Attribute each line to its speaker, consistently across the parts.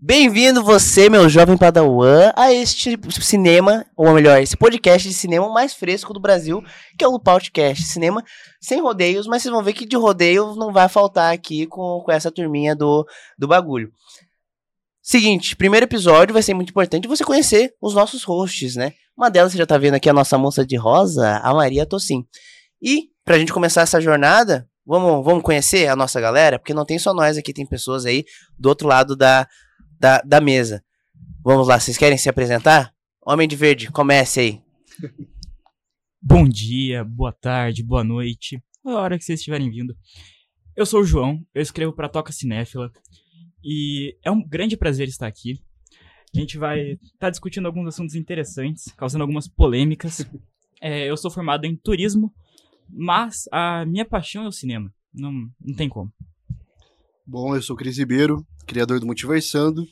Speaker 1: Bem-vindo você, meu jovem padawan, a este cinema, ou melhor, esse podcast de cinema mais fresco do Brasil, que é o podcast Cinema Sem Rodeios, mas vocês vão ver que de rodeio não vai faltar aqui com, com essa turminha do, do bagulho. Seguinte, primeiro episódio vai ser muito importante você conhecer os nossos hosts, né? Uma delas você já tá vendo aqui, a nossa moça de rosa, a Maria Tocin. E, pra gente começar essa jornada, vamos, vamos conhecer a nossa galera, porque não tem só nós aqui, tem pessoas aí do outro lado da, da, da mesa. Vamos lá, vocês querem se apresentar? Homem de Verde, comece aí.
Speaker 2: Bom dia, boa tarde, boa noite, a hora que vocês estiverem vindo. Eu sou o João, eu escrevo para Toca Cinéfila e é um grande prazer estar aqui. A gente vai estar discutindo alguns assuntos interessantes, causando algumas polêmicas. É, eu sou formado em turismo, mas a minha paixão é o cinema. Não, não tem como.
Speaker 3: Bom, eu sou o Cris Ribeiro, criador do Multiversando.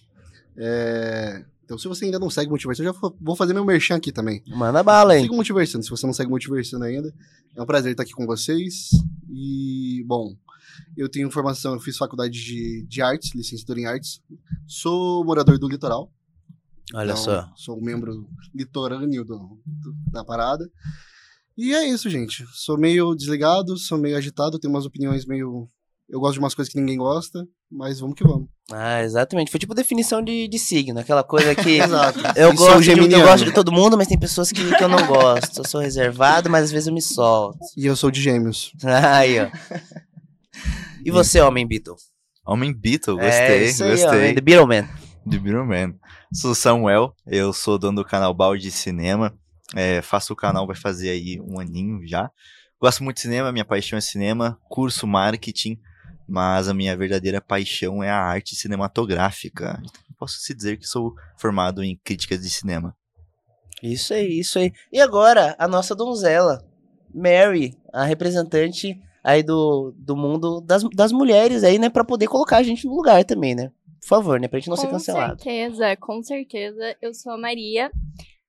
Speaker 3: É, Então, se você ainda não segue o Multiversando, eu já fa- vou fazer meu merchan aqui também.
Speaker 1: Manda bala, hein?
Speaker 3: Siga o Multiversando, se você não segue o Multiversando ainda. É um prazer estar aqui com vocês. E, bom, eu tenho formação, eu fiz faculdade de, de artes, licenciatura em artes. Sou morador do litoral.
Speaker 1: Olha
Speaker 3: então,
Speaker 1: só.
Speaker 3: Sou um membro litorâneo do- do- da parada. E é isso, gente. Sou meio desligado, sou meio agitado, tenho umas opiniões meio. Eu gosto de umas coisas que ninguém gosta, mas vamos que vamos.
Speaker 1: Ah, exatamente. Foi tipo definição de, de signo, aquela coisa que.
Speaker 3: Exato.
Speaker 1: Eu
Speaker 3: E sou
Speaker 1: gosto, de, eu
Speaker 3: geminiano.
Speaker 1: gosto de todo mundo, mas tem pessoas que, que eu não gosto. Eu sou reservado, mas às vezes eu me solto.
Speaker 3: E eu sou de gêmeos.
Speaker 1: Aí, ó. E você, homem Beatle?
Speaker 4: Homem Beatle,
Speaker 1: É
Speaker 4: gostei,
Speaker 1: isso aí,
Speaker 4: gostei.
Speaker 1: homem The Beatle Man.
Speaker 4: De Beetleman. Sou Samuel, eu sou dono do canal Balde Cinema. É, faço o canal, vai fazer aí um aninho já. Gosto muito de cinema, minha paixão é cinema, curso marketing, mas a minha verdadeira paixão é a arte cinematográfica. Então, Posso se dizer que sou formado em críticas de cinema.
Speaker 1: Isso aí, isso aí. E agora, a nossa donzela, Mary, a representante aí do, do mundo das, das mulheres aí, né? Pra poder colocar a gente no lugar também, né? Por favor, né? Pra gente não ser
Speaker 5: com
Speaker 1: cancelado.
Speaker 5: certeza, com certeza. Eu sou a Maria,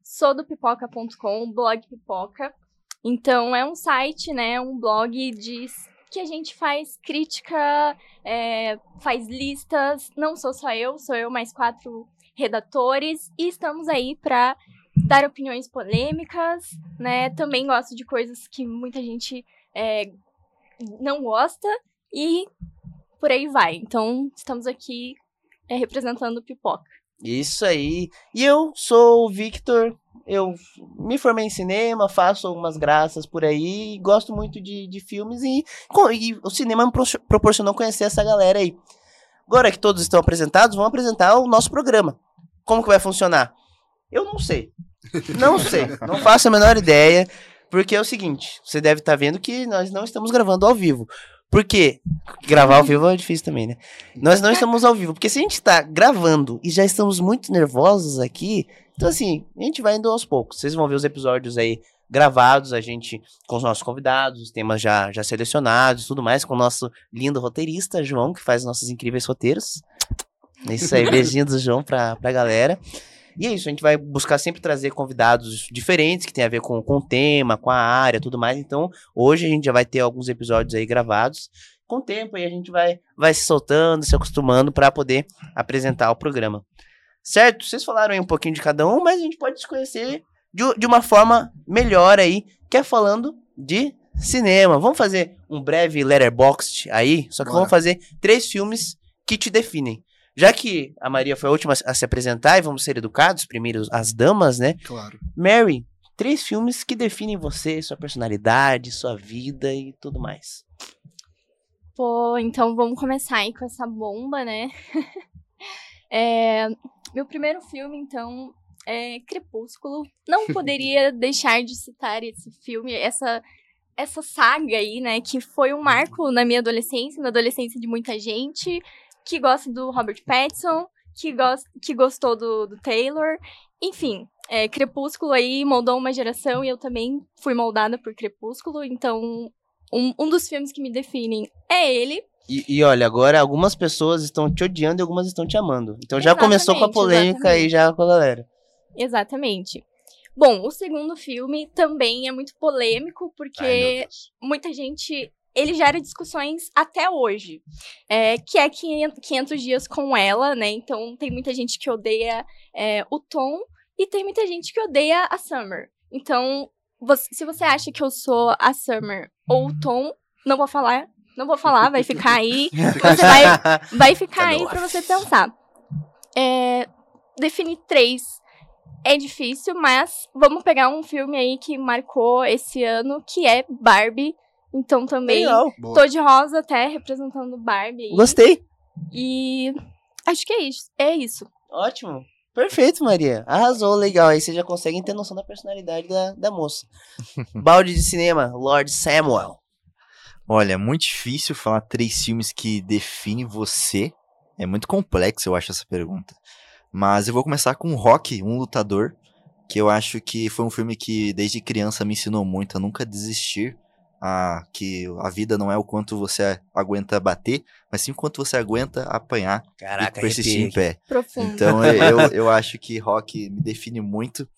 Speaker 5: sou do pipoca.com, blog pipoca. Então é um site, né? Um blog de s- que a gente faz crítica, é, faz listas. Não sou só eu, sou eu mais quatro redatores e estamos aí para dar opiniões polêmicas, né? Também gosto de coisas que muita gente é, não gosta e por aí vai. Então estamos aqui é representando pipoca.
Speaker 1: Isso aí. E eu sou o Victor. Eu me formei em cinema, faço algumas graças por aí, gosto muito de, de filmes e, co- e o cinema me pro- proporcionou conhecer essa galera aí. Agora que todos estão apresentados, vamos apresentar o nosso programa. Como que vai funcionar? Eu não sei. Não sei. Não faço a menor ideia. Porque é o seguinte, você deve estar vendo que nós não estamos gravando ao vivo. Porque gravar ao vivo é difícil também, né? Nós não estamos ao vivo, porque se a gente tá gravando e já estamos muito nervosos aqui, então assim, a gente vai indo aos poucos. Vocês vão ver os episódios aí gravados, a gente com os nossos convidados, os temas já, já selecionados, tudo mais, com o nosso lindo roteirista, João, que faz nossos incríveis roteiros. É Isso aí, beijinho do João pra, pra galera. E é isso, a gente vai buscar sempre trazer convidados diferentes, que tem a ver com, com o tema, com a área, tudo mais. Então, hoje a gente já vai ter alguns episódios aí gravados com o tempo aí a gente vai, vai se soltando, se acostumando para poder apresentar o programa. Certo? Vocês falaram aí um pouquinho de cada um, mas a gente pode se conhecer de, de uma forma melhor aí, que é falando de cinema. Vamos fazer um breve letterboxd aí, só que
Speaker 3: Bora.
Speaker 1: vamos fazer três filmes que te definem. Já que a Maria foi a última a se apresentar e vamos ser educados, primeiro as damas, né?
Speaker 3: Claro.
Speaker 1: Mary, três filmes que definem você, sua personalidade, sua vida e tudo mais.
Speaker 5: Pô, então vamos começar aí com essa bomba, né? É, meu primeiro filme, então, é Crepúsculo. Não poderia deixar de citar esse filme, essa, essa saga aí, né? Que foi um marco na minha adolescência, na adolescência de muita gente, que gosta do Robert Pattinson, que, gos- que gostou do, do Taylor. Enfim, é, Crepúsculo aí moldou uma geração e eu também fui moldada por Crepúsculo, então... Um, um dos filmes que me definem é ele.
Speaker 1: E, e olha, agora algumas pessoas estão te odiando e algumas estão te amando. Então já começou com a
Speaker 5: Exatamente,
Speaker 1: polêmica aí já com a galera.
Speaker 5: Exatamente. Bom, o segundo filme também é muito polêmico, porque muita gente ele gera discussões até hoje, é, que é 500 dias com ela, né? Então tem muita gente que odeia é, o Tom e tem muita gente que odeia a Summer. Então, você- se você acha que eu sou a Summer ou o Tom, não vou falar, não vou falar, vai ficar aí, você vai Vai ficar aí pra você pensar. É, definir três é difícil, mas vamos pegar um filme aí que marcou esse ano, que é Barbie. Então também
Speaker 1: Legal.
Speaker 3: Boa.
Speaker 5: tô de rosa até representando Barbie. aí.
Speaker 1: Gostei.
Speaker 5: E acho que é isso. É isso.
Speaker 1: Ótimo. Perfeito, Maria. Arrasou, legal. Aí você já consegue ter noção da personalidade da, da moça. Balde de cinema, Lord Samuel.
Speaker 4: Olha, é muito difícil falar três filmes que definem você. É muito complexo, eu acho, essa pergunta. Mas eu vou começar com Rock, Um Lutador, que eu acho que foi um filme que desde criança me ensinou muito a nunca desistir, a que a vida não é o quanto você aguenta bater, mas sim o quanto você aguenta apanhar e persistir em pé.
Speaker 5: Profundo.
Speaker 4: Então eu, eu- eu acho que rock me define muito.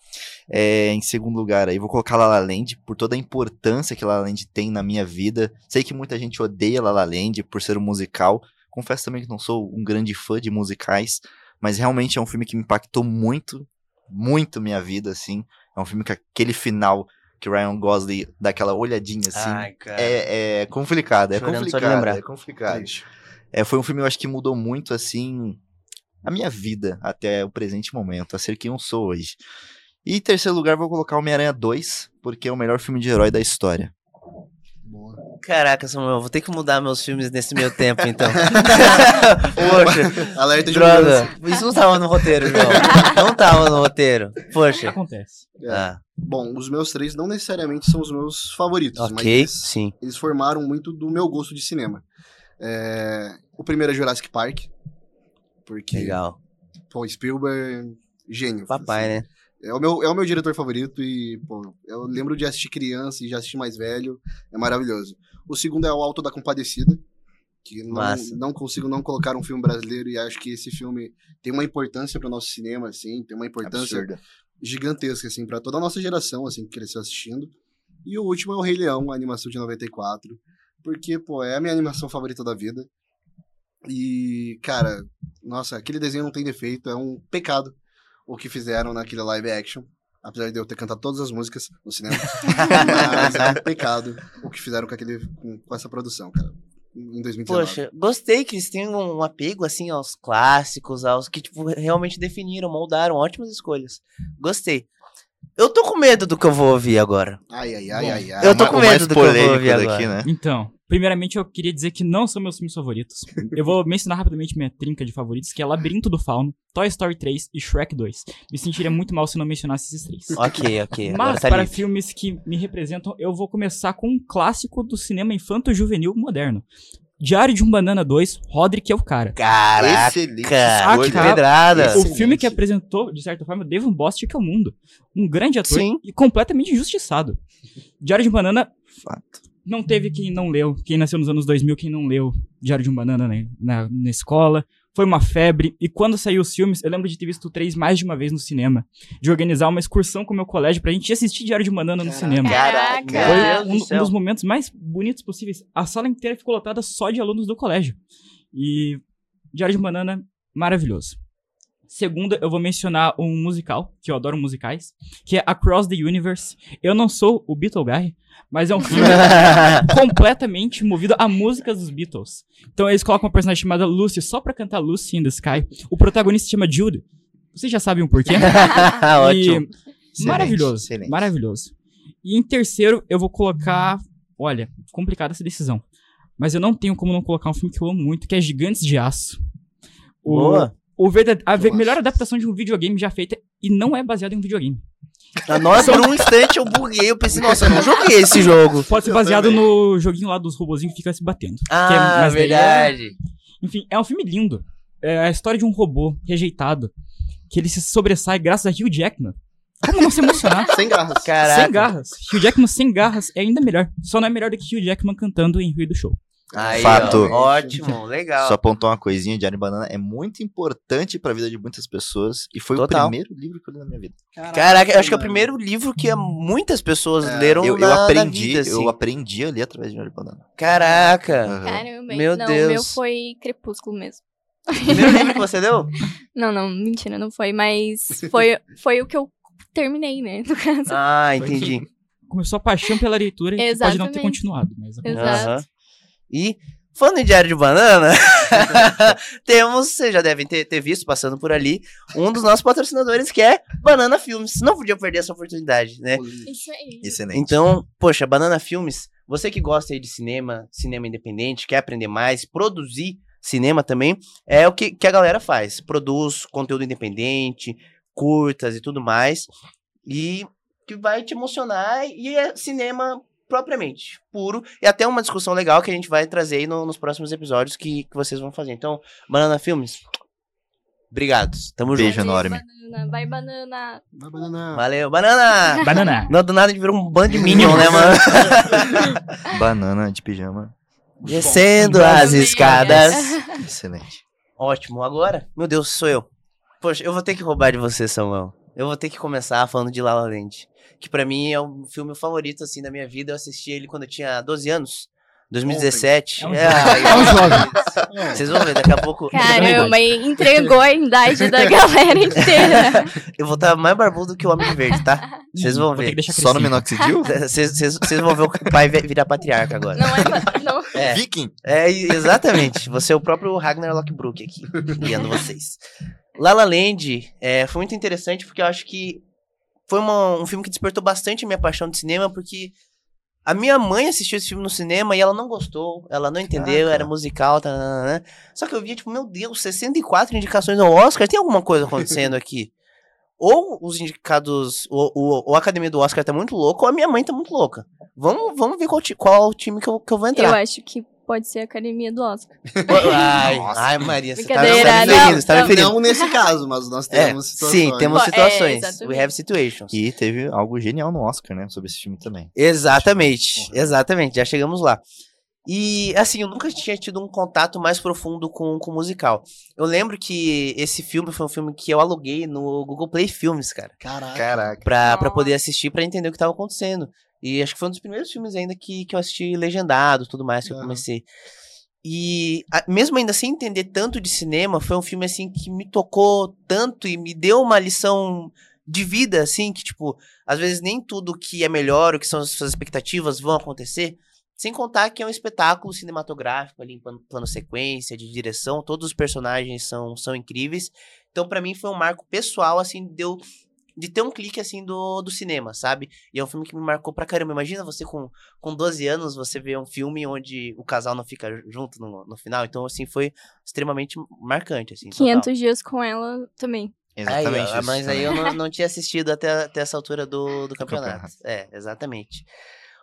Speaker 4: É, em segundo lugar, aí vou colocar La La Land por toda a importância que La La Land tem na minha vida. Sei que muita gente odeia La La Land por ser um musical. Confesso também que não sou um grande fã de musicais, mas realmente é um filme que me impactou muito, muito minha vida assim. É um filme que aquele final que Ryan Gosling dá aquela olhadinha assim,
Speaker 1: cara.
Speaker 4: é, é complicado, é
Speaker 1: Chorando só de
Speaker 4: complicado,
Speaker 1: lembrar.
Speaker 4: é complicado.
Speaker 3: Triste.
Speaker 4: É, foi um filme, eu acho que mudou muito, assim, a minha vida até o presente momento, a ser quem eu sou hoje. E em terceiro lugar, vou colocar Homem-Aranha 2, porque é o melhor filme de herói da história.
Speaker 3: Boa.
Speaker 1: Caraca, Samuel, vou ter que mudar meus filmes nesse meio tempo, então. Poxa,
Speaker 3: Alerta de mudança.
Speaker 1: droga. Isso não tava no roteiro, João. Não tava no roteiro. Poxa.
Speaker 2: Acontece.
Speaker 1: Ah,
Speaker 3: Bom, os meus três não necessariamente são os meus favoritos,
Speaker 1: ok,
Speaker 3: mas
Speaker 1: sim.
Speaker 3: eles formaram muito do meu gosto de cinema. É, O primeiro é Jurassic Park, porque
Speaker 1: Legal.
Speaker 3: pô, Spielberg, gênio.
Speaker 1: Papai, né?
Speaker 3: É o, meu, é o meu diretor favorito e, pô, eu lembro de assistir criança e já assisti mais velho. É maravilhoso. O segundo é o Alto da Compadecida, que não,
Speaker 1: Massa.
Speaker 3: não consigo não colocar um filme brasileiro e acho que esse filme tem uma importância para o nosso cinema, assim, tem uma importância
Speaker 4: Absurda.
Speaker 3: gigantesca, assim, para toda a nossa geração, assim, que cresceu assistindo. E o último é o Rei Leão, a animação de 94, porque, pô, é a minha animação favorita da vida. E, cara, nossa, aquele desenho não tem defeito, é um pecado o que fizeram naquele live action. Apesar de eu ter cantado todas as músicas no cinema, mas é um pecado o que fizeram com, aquele, com, com essa produção, cara, em 2019.
Speaker 1: Poxa, gostei que eles tenham um apego assim aos clássicos, aos que tipo realmente definiram, moldaram ótimas escolhas. Gostei. Eu tô com medo do que eu vou ouvir agora.
Speaker 3: Ai, ai, ai, ai, ai.
Speaker 1: Eu tô
Speaker 4: ma-
Speaker 1: com
Speaker 4: É o
Speaker 1: medo
Speaker 4: mais
Speaker 1: do que eu vou
Speaker 4: polêmico
Speaker 1: ouvir
Speaker 4: daqui, né?
Speaker 2: Então, primeiramente eu queria dizer que não são meus filmes favoritos. Eu vou mencionar rapidamente minha trinca de favoritos, que é Labirinto do Fauno, Toy Story 3 e Shrek 2. Me sentiria muito mal se não mencionasse esses três.
Speaker 1: Ok, ok. agora
Speaker 2: Mas
Speaker 1: tá
Speaker 2: para
Speaker 1: livre.
Speaker 2: filmes que me representam, eu vou começar com um clássico do cinema infanto-juvenil moderno. Diário de um Banana 2, Roderick é o cara.
Speaker 1: Caraca,
Speaker 4: Excelente
Speaker 1: que
Speaker 4: escolha.
Speaker 2: cara.
Speaker 1: pedrada.
Speaker 2: O
Speaker 4: Excelente.
Speaker 2: filme que apresentou, de certa forma, Devon Bostick ao mundo. Um grande ator
Speaker 1: Sim.
Speaker 2: e completamente injustiçado. Diário de um Banana
Speaker 4: Fato.
Speaker 2: não teve quem não leu, quem nasceu nos anos 2000, quem não leu Diário de um Banana na, na, na escola. Foi uma febre, e quando saiu os filmes, eu lembro de ter visto o três mais de uma vez no cinema. De organizar uma excursão com o meu colégio pra gente ir assistir Diário de um Banana no
Speaker 3: Caraca.
Speaker 2: cinema.
Speaker 5: Caraca.
Speaker 1: Meu
Speaker 2: Foi
Speaker 1: Deus
Speaker 2: um,
Speaker 1: do
Speaker 2: um
Speaker 1: céu.
Speaker 2: dos momentos mais bonitos possíveis. A sala inteira ficou lotada só de alunos do colégio. E Diário de Banana, maravilhoso. Segunda, eu vou mencionar um musical, que eu adoro musicais, que é Across the Universe. Eu não sou o Beatle Guy, mas é um filme completamente movido a músicas dos Beatles. Então eles colocam uma personagem chamada Lucy só pra cantar Lucy in the Sky. O protagonista se chama Jude. Vocês já sabem o porquê.
Speaker 1: Ótimo.
Speaker 2: E maravilhoso.
Speaker 4: excelente.
Speaker 2: Maravilhoso. E em terceiro, eu vou colocar. Olha, complicada essa decisão. Mas eu não tenho como não colocar um filme que eu amo muito, que é Gigantes de Aço. O,
Speaker 1: Boa.
Speaker 2: o verda- a ve-
Speaker 3: Eu
Speaker 2: melhor
Speaker 3: acho.
Speaker 2: adaptação de um videogame já feita e não é baseado em um videogame.
Speaker 1: Nossa, por um instante eu buguei. Eu pensei, nossa, eu não joguei esse jogo.
Speaker 2: Pode ser
Speaker 3: Eu
Speaker 2: baseado
Speaker 3: também.
Speaker 2: no joguinho lá dos robozinhos que fica se batendo. que é
Speaker 1: Ah,
Speaker 2: mais legal.
Speaker 1: verdade.
Speaker 2: Enfim, é um filme lindo. É a história de um robô rejeitado que ele se sobressai graças a Hugh Jackman. Como não se emocionar?
Speaker 3: Sem garras.
Speaker 1: Caraca.
Speaker 2: Sem garras. Hugh Jackman sem garras é ainda melhor. Só não é melhor do que Hugh Jackman cantando em Rio do Show.
Speaker 1: Aí, ó,
Speaker 4: Fato.
Speaker 1: ótimo, legal.
Speaker 4: Só apontou uma coisinha, Diário de Banana é muito importante pra vida de muitas pessoas e foi
Speaker 1: Total.
Speaker 4: o primeiro livro que eu li na minha vida.
Speaker 1: Caraca, eu acho que é o
Speaker 3: mano.
Speaker 1: primeiro livro que muitas pessoas
Speaker 3: É,
Speaker 1: leram
Speaker 4: Eu, eu
Speaker 1: na, na
Speaker 4: aprendi,
Speaker 1: um vida, assim.
Speaker 4: eu Ah. aprendi a ler através de Diário de Banana.
Speaker 1: Caraca.
Speaker 4: Aham.
Speaker 5: Caramba,
Speaker 1: Meu
Speaker 5: não,
Speaker 1: Deus.
Speaker 5: o meu foi Crepúsculo mesmo.
Speaker 1: Primeiro livro que você leu?
Speaker 5: Não, não, mentira, não foi, mas foi, foi o que eu terminei, né? No caso.
Speaker 1: Ah,
Speaker 2: Foi
Speaker 1: entendi.
Speaker 2: Começou a paixão pela leitura e pode não ter
Speaker 5: Exatamente.
Speaker 2: continuado, mas
Speaker 5: Exato.
Speaker 1: Aham. E, falando em Diário de Banana, temos, vocês já devem ter, ter visto passando por ali, um dos nossos patrocinadores que é Banana Filmes. Não podia perder essa oportunidade, né?
Speaker 5: Isso aí.
Speaker 4: Excelente.
Speaker 1: Então, poxa, Banana Filmes, você que gosta aí de cinema, cinema independente, quer aprender mais, produzir cinema também, é o que, que a galera faz. Produz conteúdo independente, curtas e tudo mais. E que vai te emocionar e é cinema propriamente, puro. E até uma discussão legal que a gente vai trazer aí no- nos próximos episódios que, que vocês vão fazer. Então, Banana Filmes, obrigado. Tamo junto.
Speaker 4: Beijo enorme.
Speaker 5: Banana, vai banana.
Speaker 3: Vai, banana.
Speaker 1: Valeu, Banana!
Speaker 2: Banana.
Speaker 1: Não, do nada a gente virou um bando de Minion, né, mano?
Speaker 4: Banana de pijama.
Speaker 1: Descendo
Speaker 2: Bom,
Speaker 1: as
Speaker 5: também,
Speaker 1: escadas.
Speaker 4: Excelente.
Speaker 1: Ótimo, agora? Meu Deus, sou eu. Poxa, eu vou ter que roubar de você, Samuel. Eu vou ter que começar falando de La La Land, que pra mim é o filme favorito assim da minha vida. Eu assisti ele quando eu tinha 12 anos, 2017.
Speaker 2: É um
Speaker 1: É,
Speaker 3: É um jovem.
Speaker 1: ah, Vocês vão ver daqui a pouco.
Speaker 5: Caramba, e entregou a idade da galera inteira.
Speaker 1: Eu vou estar mais barbudo que o Homem Verde, tá? Vocês vão
Speaker 2: Vou ter que
Speaker 1: ver.
Speaker 2: deixar
Speaker 4: Só no
Speaker 2: crescer.
Speaker 4: minoxidil?
Speaker 1: Vocês vocês- vocês vão ver o pai vi- virar patriarca agora.
Speaker 5: Não é. pra- Não.
Speaker 1: É.
Speaker 4: Viking.
Speaker 1: É, e- exatamente. Você é o próprio Ragnar Lockbrook aqui, guiando vocês. La La Land é, foi muito interessante porque eu acho que foi uma- um filme que despertou bastante a minha paixão de cinema, porque a minha mãe assistiu esse filme no cinema e ela não gostou, ela não entendeu,
Speaker 4: Caraca.
Speaker 1: era musical, tá, tá, tá, tá. só que eu via, tipo, meu Deus, 64 indicações ao Oscar, tem alguma coisa acontecendo aqui. Ou os indicados, ou, ou- ou a academia do Oscar tá muito louca, ou a minha mãe tá muito louca. Vamos, vamos ver qual, ti- qual time que eu, que eu vou entrar.
Speaker 5: Eu acho que pode ser a academia do Oscar.
Speaker 1: Ai,
Speaker 4: Nossa.
Speaker 1: ai, Maria, você tá me
Speaker 5: Brincadeira,
Speaker 1: ferindo,
Speaker 5: não,
Speaker 1: você tá me
Speaker 5: não.
Speaker 1: ferindo.
Speaker 3: Não nesse caso, mas nós
Speaker 1: É,
Speaker 3: temos situações.
Speaker 1: sim, temos
Speaker 5: É,
Speaker 1: situações.
Speaker 5: exatamente.
Speaker 1: We have situations.
Speaker 4: E teve algo genial no Oscar, né? Sobre esse filme também.
Speaker 1: Exatamente, exatamente, já chegamos lá. E, assim, eu nunca tinha tido um contato mais profundo com com musical. Eu lembro que esse filme foi um filme que eu aluguei no Google Play Filmes, cara.
Speaker 3: Caraca.
Speaker 4: Caraca.
Speaker 1: Pra, pra
Speaker 5: Nossa.
Speaker 1: poder assistir, pra entender o que tava acontecendo. E acho que foi um dos primeiros filmes ainda que, que eu assisti legendado tudo mais, que eu
Speaker 3: Aham.
Speaker 1: comecei. E a- mesmo ainda sem entender tanto de cinema, foi um filme assim que me tocou tanto e me deu uma lição de vida, assim, que, tipo, às vezes nem tudo que é melhor, o que são as suas expectativas vão acontecer. Sem contar que é um espetáculo cinematográfico ali em plano, plano sequência, de direção, todos os personagens são, são incríveis. Então, pra mim, foi um marco pessoal, assim, deu de ter um clique assim do, do cinema, sabe? E é um filme que me marcou pra caramba. Imagina você com, com 12 anos, você vê um filme onde o casal não fica ju- junto no, no final. Então, assim, foi extremamente marcante, assim. total.
Speaker 5: 500 dias com ela também.
Speaker 1: Aí, ó,
Speaker 4: Exatamente. isso
Speaker 1: mas aí
Speaker 4: também.
Speaker 1: eu não, não tinha assistido até, até essa altura do, do campeonato.
Speaker 4: campeonato.
Speaker 1: É, exatamente.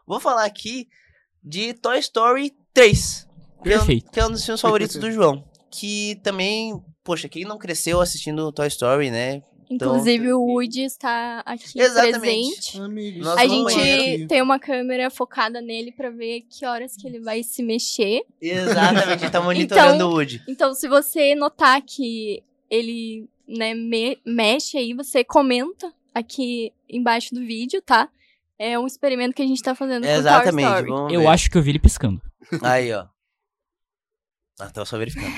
Speaker 1: Vou falar aqui de Toy Story 3. que é um-
Speaker 2: Perfeito.
Speaker 1: Que é um dos filmes favoritos do João. Que também, poxa, quem não cresceu assistindo Toy Story, né?
Speaker 5: Inclusive, o Woody está aqui
Speaker 1: Exatamente.
Speaker 5: presente.
Speaker 3: Amigo,
Speaker 1: Nós
Speaker 5: A
Speaker 1: vamos
Speaker 5: gente tem uma câmera focada nele pra ver que horas que ele vai se mexer.
Speaker 1: Exatamente, ele tá monitorando
Speaker 5: Então,
Speaker 1: o Woody.
Speaker 5: Então, se você notar que ele né, me- mexe aí, você comenta aqui embaixo do vídeo, tá? É um experimento que a gente tá fazendo com o Toy
Speaker 1: Exatamente.
Speaker 5: Story.
Speaker 1: vamos ver.
Speaker 2: Eu acho que eu vi ele piscando.
Speaker 1: Aí, ó. Ah, tava só verificando.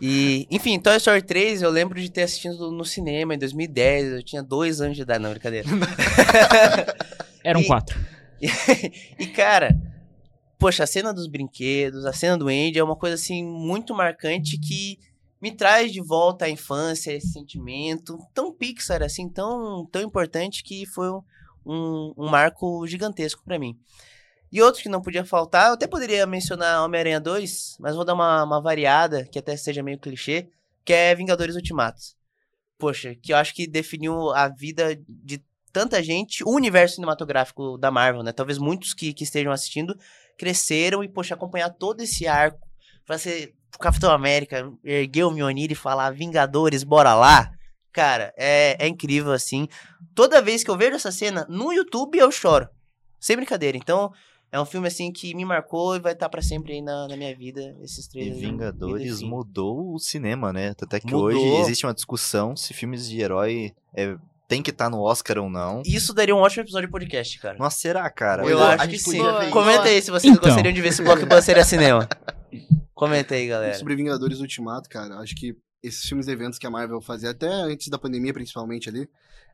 Speaker 1: e, enfim, Toy Story 3 eu lembro de ter assistido no cinema em 2010. Eu tinha dois anos de idade, não, brincadeira.
Speaker 2: Eram
Speaker 1: E-
Speaker 2: quatro.
Speaker 1: E, cara, poxa, a cena dos brinquedos, a cena do Andy é uma coisa, assim, muito marcante que me traz de volta à infância, esse sentimento tão Pixar, assim, tão, tão importante que foi um, um- um marco gigantesco pra mim. E outro que não podia faltar, eu até poderia mencionar Homem-Aranha 2, mas vou dar uma, uma variada, que até seja meio clichê, que é Vingadores Ultimatos. Poxa, que eu acho que definiu a vida de tanta gente, o universo cinematográfico da Marvel, né? Talvez muitos que, que estejam assistindo cresceram e, poxa, acompanhar todo esse arco pra ser o Capitão América, erguer o Mionir e falar Vingadores, bora lá. Cara, é, é incrível, assim. Toda vez que eu vejo essa cena no YouTube, eu choro. Sem brincadeira. Então, É um filme assim que me marcou e vai estar pra sempre aí na, na minha vida, esses
Speaker 4: E
Speaker 1: três. aí,
Speaker 4: Vingadores
Speaker 1: me definem.
Speaker 4: mudou o cinema, né? Tanto é que
Speaker 1: Mudou.
Speaker 4: hoje existe uma discussão se filmes de herói é, tem que estar no Oscar ou não.
Speaker 1: Isso daria um ótimo episódio de podcast, cara.
Speaker 4: Nossa, será, cara?
Speaker 1: Eu
Speaker 4: Pô,
Speaker 1: acho
Speaker 4: a gente
Speaker 1: que
Speaker 4: podia
Speaker 5: sim.
Speaker 4: ver isso.
Speaker 1: Comenta aí se vocês
Speaker 2: Então.
Speaker 1: gostariam de ver esse blockbuster a cinema. Comenta aí, galera.
Speaker 3: Sobre Vingadores Ultimato, cara, acho que esses filmes e eventos que a Marvel fazia, até antes da pandemia, principalmente ali,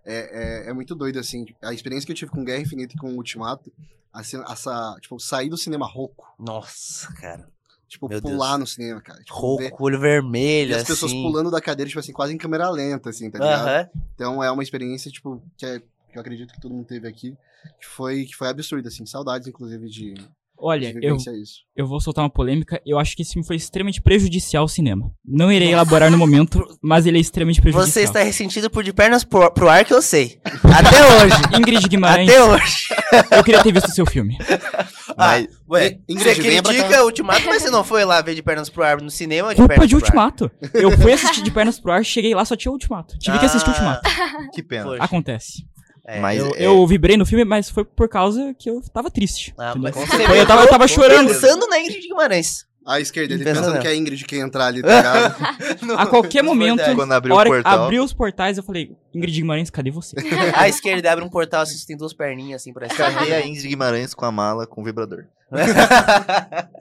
Speaker 3: é, é, é muito doido, assim. A experiência que eu tive com Guerra Infinita e com Ultimato, assim, essa, tipo, sair do cinema rouco.
Speaker 1: Nossa, cara.
Speaker 3: Tipo,
Speaker 1: Meu
Speaker 3: pular
Speaker 1: Deus.
Speaker 3: no cinema, cara. Tipo, ver-
Speaker 1: Rouco, olho
Speaker 3: E
Speaker 1: vermelho,
Speaker 3: as pessoas
Speaker 1: assim.
Speaker 3: pulando da cadeira, tipo assim, quase em câmera lenta, assim, tá ligado?
Speaker 1: Aham.
Speaker 3: Então é uma experiência, tipo, que, é- que eu acredito que todo mundo teve aqui, que foi, que foi absurda, assim. Saudades, inclusive, de,
Speaker 2: Olha,
Speaker 3: de
Speaker 2: eu,
Speaker 3: vivenciar isso.
Speaker 2: eu vou soltar uma polêmica. Eu acho que esse filme foi extremamente prejudicial ao cinema. Não irei elaborar no momento, mas ele é extremamente prejudicial.
Speaker 1: Você está ressentido por de pernas pro, pro ar que eu sei. Até hoje.
Speaker 2: Ingrid Guimarães,
Speaker 1: Até hoje.
Speaker 2: eu queria ter visto o seu filme.
Speaker 4: Mas, ué,
Speaker 3: In- Ingrid,
Speaker 1: você
Speaker 3: venha pra cá.
Speaker 1: critica o Ultimato, mas você não foi lá ver de pernas pro ar no cinema de
Speaker 2: Culpa
Speaker 1: pernas
Speaker 2: de
Speaker 1: pro ar?
Speaker 2: Ultimato. Eu fui assistir de pernas pro ar, cheguei lá, só tinha Ultimato. Tive que assistir
Speaker 1: Ah,
Speaker 2: Ultimato.
Speaker 4: que pena.
Speaker 1: poxa.
Speaker 2: Acontece.
Speaker 1: É,
Speaker 4: Mas
Speaker 2: eu,
Speaker 4: é-
Speaker 2: eu vibrei no filme, mas foi por causa que eu tava triste.
Speaker 1: Ah,
Speaker 2: entendeu?
Speaker 1: mas você
Speaker 2: Foi-
Speaker 1: vibrou
Speaker 2: eu tava, eu tava chorando.
Speaker 1: Pensando na Ingrid Guimarães.
Speaker 3: À esquerda, ele
Speaker 1: Pensando
Speaker 3: pensando
Speaker 1: nela.
Speaker 3: que é a Ingrid que ia entrar ali, tá ligado?
Speaker 2: A qualquer momento,
Speaker 1: Verdade.
Speaker 4: Quando abriu
Speaker 2: a
Speaker 4: o
Speaker 2: hora que
Speaker 4: portal.
Speaker 2: abriu os portais, eu falei, Ingrid Guimarães, cadê você?
Speaker 1: A esquerda abre um portal assim, você tem duas perninhas assim pra
Speaker 4: Carrei a
Speaker 1: esquerda.
Speaker 4: Ingrid Guimarães com a mala com vibrador.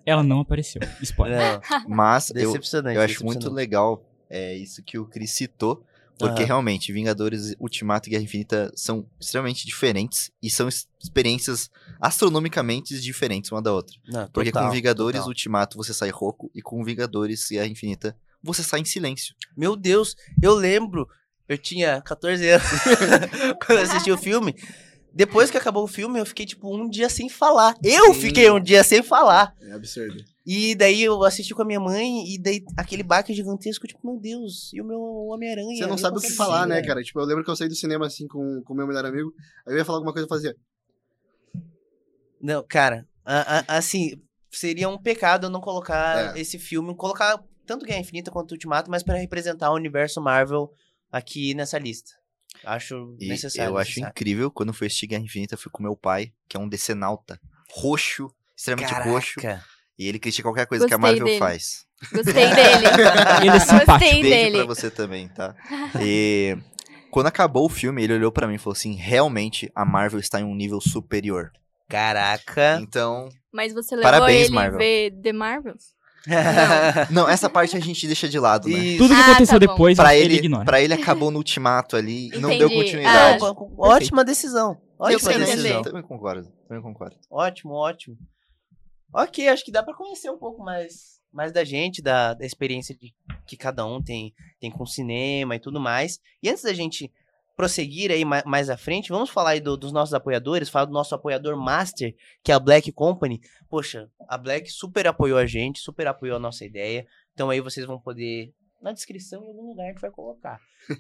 Speaker 2: Ela não apareceu. Spoiler.
Speaker 1: Não,
Speaker 4: Mas eu,
Speaker 1: decepcionante.
Speaker 4: eu acho muito
Speaker 1: decepcionante.
Speaker 4: legal é, isso que o Chris citou, porque
Speaker 1: Aham.
Speaker 4: realmente Vingadores Ultimato e Guerra Infinita são extremamente diferentes e são es- experiências astronomicamente diferentes uma da outra.
Speaker 1: Não,
Speaker 4: Porque
Speaker 1: total,
Speaker 4: com Vingadores
Speaker 1: total.
Speaker 4: Ultimato você sai rouco e com Vingadores Guerra Infinita você sai em silêncio.
Speaker 1: Meu Deus, eu lembro, eu tinha 14 anos quando eu assisti o filme. Depois que acabou o filme, eu fiquei tipo um dia sem falar. Eu
Speaker 3: Sim.
Speaker 1: fiquei um dia sem falar.
Speaker 3: É absurdo.
Speaker 1: E daí eu assisti com a minha mãe, e daí aquele baque gigantesco, tipo, meu Deus, e o meu Homem-Aranha?
Speaker 3: Você não
Speaker 1: Eu
Speaker 3: sabe o que
Speaker 1: consigo,
Speaker 3: falar, né,
Speaker 5: é.
Speaker 3: cara? Tipo, eu lembro que eu saí do cinema, assim, com o meu melhor amigo, aí eu ia falar alguma coisa e fazia...
Speaker 1: Não, cara, a- a- assim, seria um pecado eu não colocar
Speaker 3: É.
Speaker 1: esse filme, colocar tanto Guerra Infinita quanto Ultimato, mas para representar o universo Marvel aqui nessa lista. Acho
Speaker 4: E
Speaker 1: necessário.
Speaker 4: eu acho
Speaker 1: necessário.
Speaker 4: incrível quando eu fui assistir Guerra Infinita, eu fui com meu pai, que é um decenalta roxo, extremamente roxo,
Speaker 1: Caraca.
Speaker 4: e ele critica qualquer coisa que a
Speaker 5: Gostei
Speaker 4: Marvel
Speaker 5: dele.
Speaker 4: faz.
Speaker 5: Gostei dele.
Speaker 2: Ele é simpático.
Speaker 5: Gostei
Speaker 4: Beijo pra
Speaker 5: dele.
Speaker 4: você também, tá? E quando acabou o filme, ele olhou pra mim e falou assim: realmente a Marvel está em um nível superior.
Speaker 1: Caraca.
Speaker 4: Então.
Speaker 5: Mas você levou
Speaker 4: Parabéns,
Speaker 5: ele
Speaker 4: Marvel.
Speaker 5: ver The Marvels?
Speaker 4: Não, essa parte a gente deixa de lado, né?
Speaker 1: Isso.
Speaker 2: Tudo que
Speaker 5: Ah, tá
Speaker 2: aconteceu
Speaker 5: bom.
Speaker 2: depois,
Speaker 4: Pra
Speaker 2: ele,
Speaker 4: ele,
Speaker 2: ignora.
Speaker 4: pra ele acabou no ultimato ali e não deu
Speaker 5: Entendi.
Speaker 4: continuidade.
Speaker 5: Ah,
Speaker 1: Ó, ó, ótima decisão.
Speaker 5: Eu
Speaker 1: Ótima
Speaker 5: sei
Speaker 4: Também-
Speaker 5: entender.
Speaker 1: decisão.
Speaker 4: Também concordo, também concordo.
Speaker 1: Ótimo, ótimo. Ok, acho que dá pra conhecer um pouco mais, mais da gente, da, da experiência de, que cada um tem, tem com cinema e tudo mais. E antes da gente prosseguir aí ma- mais à frente, vamos falar aí do- dos nossos apoiadores, falar do nosso apoiador master, que é a Black Company. Poxa, a Black super apoiou a gente, super apoiou a nossa ideia. Então aí vocês vão poder, na descrição, em algum lugar a gente vai colocar.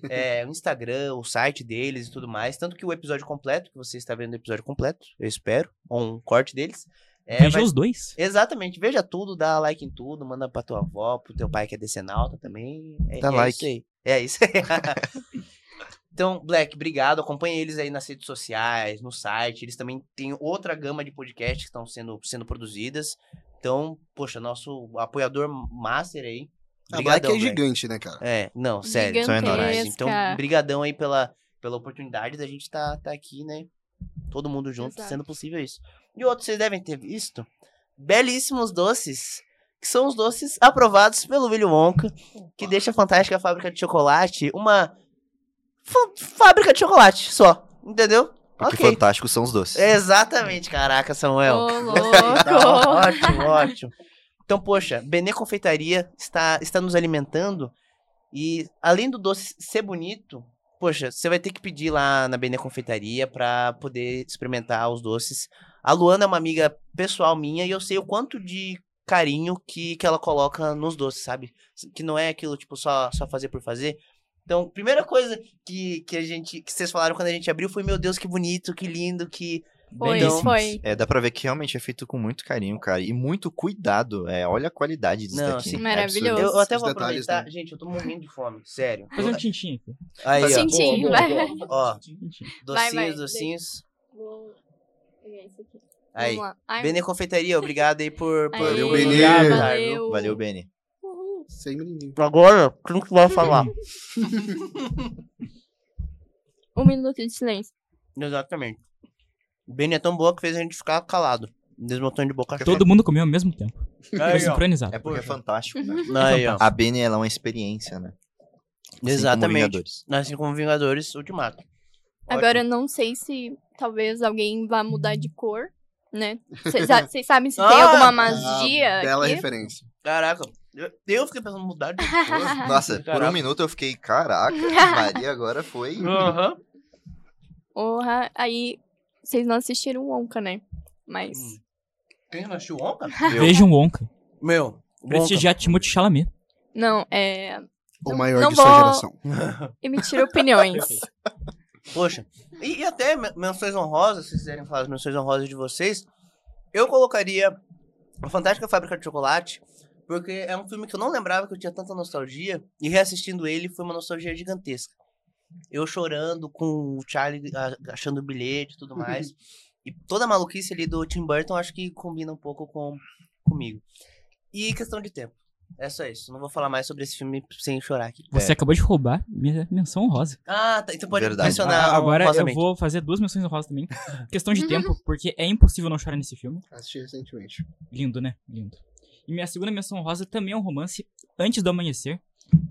Speaker 1: É, o Instagram, o site deles e tudo mais. Tanto que o episódio completo, que você está vendo o episódio completo, eu espero, ou um corte deles. é,
Speaker 2: Veja
Speaker 1: vai-
Speaker 2: os dois.
Speaker 1: Exatamente, veja tudo, dá like em tudo, manda pra tua avó, pro teu pai que é decenalta também. É,
Speaker 4: Dá
Speaker 1: é
Speaker 4: like.
Speaker 1: Isso aí. É isso aí. Então, Black, obrigado. Acompanhe eles aí nas redes sociais, no site. Eles também têm outra gama de podcasts que estão sendo, sendo produzidas. Então, poxa, nosso apoiador master aí.
Speaker 3: A Black
Speaker 1: Brigadão,
Speaker 3: é gigante, né, cara?
Speaker 1: é, não, sério.
Speaker 4: são enormes.
Speaker 1: Então,
Speaker 5: Gigantesca.
Speaker 1: brigadão aí pela, pela oportunidade da gente estar tá, tá aqui, né? Todo mundo junto,
Speaker 5: Exato.
Speaker 1: sendo possível isso. E outro, vocês devem ter visto, belíssimos doces, que são os doces aprovados pelo Willy Wonka, que deixa a Fantástica Fábrica de Chocolate uma fa- fábrica de chocolate só, entendeu?
Speaker 4: Porque
Speaker 1: ok.
Speaker 4: fantásticos são os doces.
Speaker 1: Exatamente, caraca, Samuel.
Speaker 5: Ô,
Speaker 1: Tá
Speaker 5: louco.
Speaker 1: ótimo, ótimo. Então, poxa, Benê Confeitaria está, está nos alimentando. E além do doce ser bonito, poxa, você vai ter que pedir lá na Benê Confeitaria para poder experimentar os doces. A Luana é uma amiga pessoal minha e eu sei o quanto de carinho que, que ela coloca nos doces, sabe? Que não é aquilo, tipo, só, só fazer por fazer. Então, primeira coisa que, que a gente. que vocês falaram quando a gente abriu foi, meu Deus, que bonito, que lindo, que.
Speaker 5: Foi,
Speaker 1: Então-
Speaker 5: foi.
Speaker 4: É, dá pra ver que realmente é feito com muito carinho, cara. E muito cuidado. É, olha a qualidade disso
Speaker 1: Não,
Speaker 4: daqui.
Speaker 1: assim,
Speaker 4: É absurdo.
Speaker 5: maravilhoso.
Speaker 1: Eu, eu até
Speaker 3: Os
Speaker 1: vou
Speaker 3: detalhes,
Speaker 1: aproveitar.
Speaker 3: né?
Speaker 1: Gente, eu tô morrendo de fome, sério.
Speaker 2: Fazer um tintinho aqui.
Speaker 1: Aí, ó.
Speaker 5: Sim, sim,
Speaker 1: Boa, boa,
Speaker 5: vai.
Speaker 1: boa. Ó,
Speaker 2: Tintim.
Speaker 1: docinhos,
Speaker 5: vai,
Speaker 1: docinhos.
Speaker 5: Vou pegar esse aqui.
Speaker 1: Aí.
Speaker 5: Vamos lá. Ai,
Speaker 1: Bene Confeitaria, obrigado aí por. por
Speaker 5: Valeu,
Speaker 1: por-
Speaker 3: Benê.
Speaker 1: obrigado, Ricardo.
Speaker 5: Valeu.
Speaker 4: Valeu, Benny.
Speaker 5: uhul.
Speaker 3: Sem menininho.
Speaker 1: Agora, quem que vai falar?
Speaker 5: Um minuto de silêncio.
Speaker 1: Exatamente. Bene é tão boa que fez a gente ficar calado. Desmontão de boca
Speaker 2: Todo mundo comeu ao mesmo tempo. Foi
Speaker 1: Aí, ó.
Speaker 2: sincronizado.
Speaker 4: É porque é fantástico, né?
Speaker 1: Aí, ó.
Speaker 4: A Benny, ela é uma experiência, né? Assim como
Speaker 1: Exatamente.
Speaker 4: Vingadores.
Speaker 1: Nasce como Vingadores Ultimato.
Speaker 5: Agora, eu não sei se talvez alguém vai mudar de cor, né? Vocês sa- vocês sabem se tem
Speaker 1: Ah!
Speaker 5: alguma
Speaker 3: Ah,
Speaker 5: magia
Speaker 3: Bela
Speaker 5: aqui?
Speaker 3: referência.
Speaker 1: Caraca, eu, eu fiquei pensando em mudar de
Speaker 4: Nossa, Nossa, por
Speaker 1: Caraca.
Speaker 4: um minuto eu fiquei, caraca, Maria agora foi.
Speaker 1: Aham.
Speaker 5: Porra, aí vocês não assistiram o Onca, né? Mas
Speaker 1: Hum. Quem assistiu Wonka?
Speaker 4: Eu,
Speaker 2: Vejam Wonka.
Speaker 1: Meu,
Speaker 2: Prestigiar Timothée Chalamet.
Speaker 5: não, é
Speaker 3: O
Speaker 5: Não-
Speaker 3: maior
Speaker 5: não
Speaker 3: de sua
Speaker 5: vou-
Speaker 3: geração.
Speaker 5: emitir opiniões.
Speaker 1: Poxa. E, e até men- menções honrosas, se quiserem falar as menções honrosas de vocês, eu colocaria A Fantástica Fábrica de Chocolate, porque é um filme que eu não lembrava que eu tinha tanta nostalgia, e reassistindo ele foi uma nostalgia gigantesca. Eu chorando com o Charlie a- achando o bilhete e tudo mais. e toda a maluquice ali do Tim Burton acho que combina um pouco com comigo. E questão de tempo. É só isso. Não vou falar mais sobre esse filme sem chorar aqui.
Speaker 4: É.
Speaker 2: Você acabou de roubar minha menção honrosa.
Speaker 1: Ah, tá, então pode
Speaker 4: Verdade.
Speaker 1: mencionar um
Speaker 2: Ah, agora
Speaker 4: um
Speaker 2: eu
Speaker 1: honrosamente.
Speaker 2: vou fazer duas menções honrosas também. Questão
Speaker 5: Uhum.
Speaker 2: de tempo, porque é impossível não chorar nesse filme.
Speaker 3: Assisti recentemente.
Speaker 2: Lindo, né? Lindo. E minha segunda menção honrosa também é um romance, Antes do Amanhecer,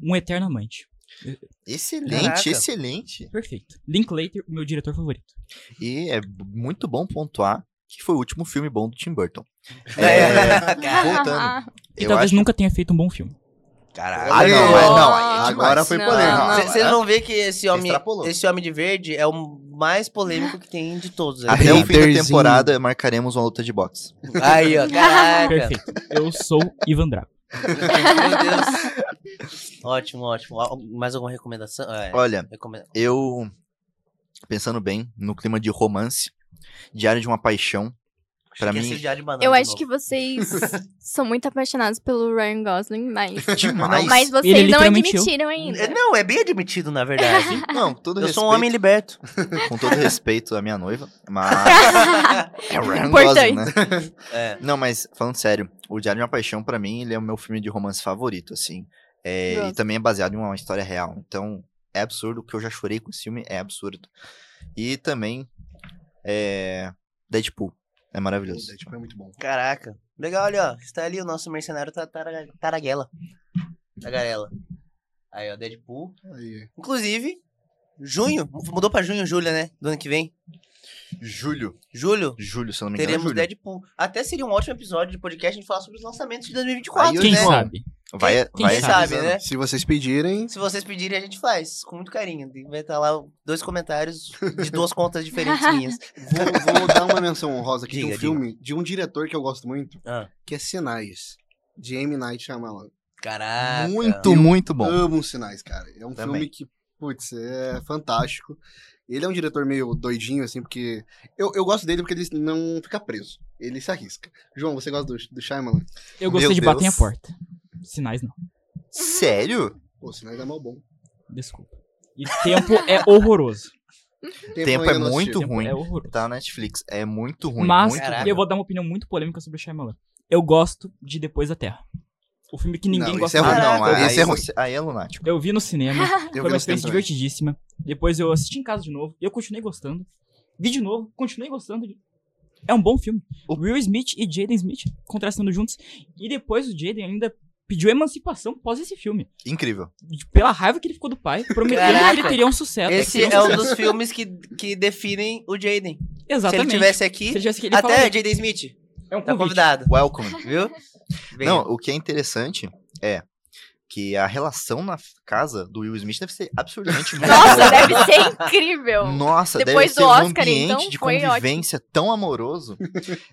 Speaker 2: Um Eterno Amante.
Speaker 4: excelente,
Speaker 1: Caraca.
Speaker 4: excelente.
Speaker 2: Perfeito. Linklater, o meu diretor favorito.
Speaker 4: E é muito bom pontuar que foi o último filme bom do Tim Burton.
Speaker 1: É.
Speaker 4: voltando.
Speaker 2: E
Speaker 4: Eu
Speaker 2: talvez
Speaker 4: acho...
Speaker 2: nunca tenha feito um bom filme.
Speaker 4: Caraca,
Speaker 3: Olha
Speaker 4: não, é, não,
Speaker 5: aí é
Speaker 4: agora
Speaker 5: demais.
Speaker 4: foi
Speaker 5: Não,
Speaker 4: polêmico.
Speaker 5: não.
Speaker 1: Vocês vão ver que esse homem,
Speaker 4: Extrapolou.
Speaker 1: esse homem de verde é o mais polêmico que tem de todos. né?
Speaker 4: Até o fim da
Speaker 3: Haterzinho.
Speaker 4: temporada marcaremos uma luta de boxe.
Speaker 1: Aí, ó,
Speaker 4: É,
Speaker 1: caraca.
Speaker 2: Perfeito. Eu sou Ivan Drago.
Speaker 1: Meu Deus. Ótimo, ótimo. Al- Mais alguma recomendação? É,
Speaker 4: Olha,
Speaker 1: recomenda-
Speaker 4: eu pensando bem no clima de romance, Diário de uma Paixão, pra
Speaker 1: Esqueci o
Speaker 4: mim
Speaker 1: Diário é de Banana
Speaker 5: Eu
Speaker 1: de
Speaker 5: acho
Speaker 1: novo.
Speaker 5: que vocês são muito apaixonados pelo Ryan Gosling, mas,
Speaker 4: demais.
Speaker 5: mas
Speaker 2: Ele
Speaker 5: vocês não
Speaker 2: literalmente
Speaker 5: admitiram
Speaker 1: É,
Speaker 5: ainda.
Speaker 1: Não, é bem admitido, na verdade.
Speaker 4: Não, com todo
Speaker 1: Eu
Speaker 4: respeito,
Speaker 1: sou um homem liberto.
Speaker 4: com todo respeito à minha noiva, mas é Ryan Gosling, né?
Speaker 1: É.
Speaker 4: Não, mas falando sério, o Diário de uma Paixão, pra mim, ele é o meu filme de romance favorito, assim. É, e
Speaker 5: Nossa.
Speaker 4: também é baseado em uma história real. Então, é absurdo. O que eu já chorei com esse filme é absurdo. E também, é, Deadpool. É maravilhoso.
Speaker 3: Tipo, é muito bom.
Speaker 1: Caraca. Legal, olha, ó. Está ali o nosso mercenário ta- tara- Taraguela. Tagarela. Aí, ó, Deadpool.
Speaker 3: Aí.
Speaker 1: Inclusive, junho. Mudou pra junho, julho, né? Do ano que vem.
Speaker 4: Julho.
Speaker 1: Julho,
Speaker 4: Julho, se eu não me engano. é
Speaker 1: Teremos
Speaker 4: julho.
Speaker 1: Deadpool. Até seria um ótimo episódio de podcast a gente falar sobre os lançamentos de 2024,
Speaker 4: Aí,
Speaker 2: Quem
Speaker 1: né?
Speaker 2: sabe?
Speaker 4: Vai,
Speaker 2: Quem
Speaker 4: vai
Speaker 1: Quem sabe,
Speaker 4: avisando.
Speaker 1: né?
Speaker 3: Se vocês pedirem,
Speaker 1: Se vocês pedirem, a gente faz, com muito carinho. Vai estar lá dois comentários de duas contas diferentes minhas.
Speaker 3: vou, vou dar uma menção honrosa aqui de
Speaker 1: Diga,
Speaker 3: um filme de um diretor que eu gosto muito,
Speaker 1: Ah.
Speaker 3: que é Sinais, de M. Night Shyamalan.
Speaker 1: Caraca.
Speaker 4: Muito, muito bom.
Speaker 3: Amo Sinais, cara. É um
Speaker 4: Também.
Speaker 3: filme que, putz, é fantástico. Ele é um diretor meio doidinho, assim, porque... Eu, eu gosto dele porque ele não fica preso. Ele se arrisca. João, você gosta do, do Shyamalan?
Speaker 2: Eu gostei
Speaker 4: Meu
Speaker 2: de bater em a
Speaker 4: Deus.
Speaker 2: porta. Sinais não.
Speaker 4: Sério?
Speaker 3: Pô, Sinais é mal bom.
Speaker 2: Desculpa. E tempo é horroroso.
Speaker 3: Tempo,
Speaker 4: Tempo
Speaker 3: ainda
Speaker 4: é
Speaker 3: não assisti.
Speaker 4: muito
Speaker 2: Tempo
Speaker 4: ruim.
Speaker 2: é horroroso.
Speaker 4: Tá na Netflix. É muito ruim.
Speaker 2: Mas
Speaker 4: muito
Speaker 1: Caraca.
Speaker 4: ruim.
Speaker 2: eu vou dar uma opinião muito polêmica sobre o Shyamalan. Eu gosto de Depois da Terra. O filme que ninguém
Speaker 3: Não,
Speaker 2: gosta
Speaker 3: esse é
Speaker 2: mais.
Speaker 3: ruim.
Speaker 4: Ah, não,
Speaker 3: Caraca.
Speaker 4: aí,
Speaker 3: Esse é ruim.
Speaker 4: você- aí é lunático.
Speaker 2: Eu vi no cinema,
Speaker 3: Eu
Speaker 2: foi uma
Speaker 3: vi uns tempos
Speaker 2: experiência
Speaker 3: também.
Speaker 2: divertidíssima. Depois eu assisti em casa de novo, eu continuei gostando. Vi de novo, continuei gostando. É um bom filme. O Will Smith e Jaden Smith contrastando juntos. E depois o Jaden ainda pediu emancipação após esse filme.
Speaker 4: Incrível.
Speaker 2: Pela raiva que ele ficou do pai, prometendo que
Speaker 1: Caraca.
Speaker 2: ele teria um sucesso.
Speaker 1: Esse
Speaker 2: Ele
Speaker 1: é
Speaker 2: teria um
Speaker 1: um
Speaker 2: sucesso.
Speaker 1: dos filmes que, que definem o Jaden. Se ele
Speaker 2: Exatamente.
Speaker 1: tivesse aqui,
Speaker 2: Se ele tivesse aqui, ele
Speaker 1: até
Speaker 2: falaria,
Speaker 1: Jaden Smith,
Speaker 2: é um
Speaker 1: tá
Speaker 2: convite.
Speaker 1: convidado,
Speaker 4: Welcome.
Speaker 1: viu? Bem,
Speaker 4: Não, o que é interessante é que a relação na f- casa do Will Smith deve ser absurdamente muito
Speaker 5: Nossa,
Speaker 4: boa.
Speaker 5: deve ser incrível.
Speaker 4: Nossa, deve
Speaker 5: Depois do
Speaker 4: ser um
Speaker 5: Oscar,
Speaker 4: ambiente
Speaker 5: então,
Speaker 4: de
Speaker 5: foi ótimo.
Speaker 4: convivência tão amoroso.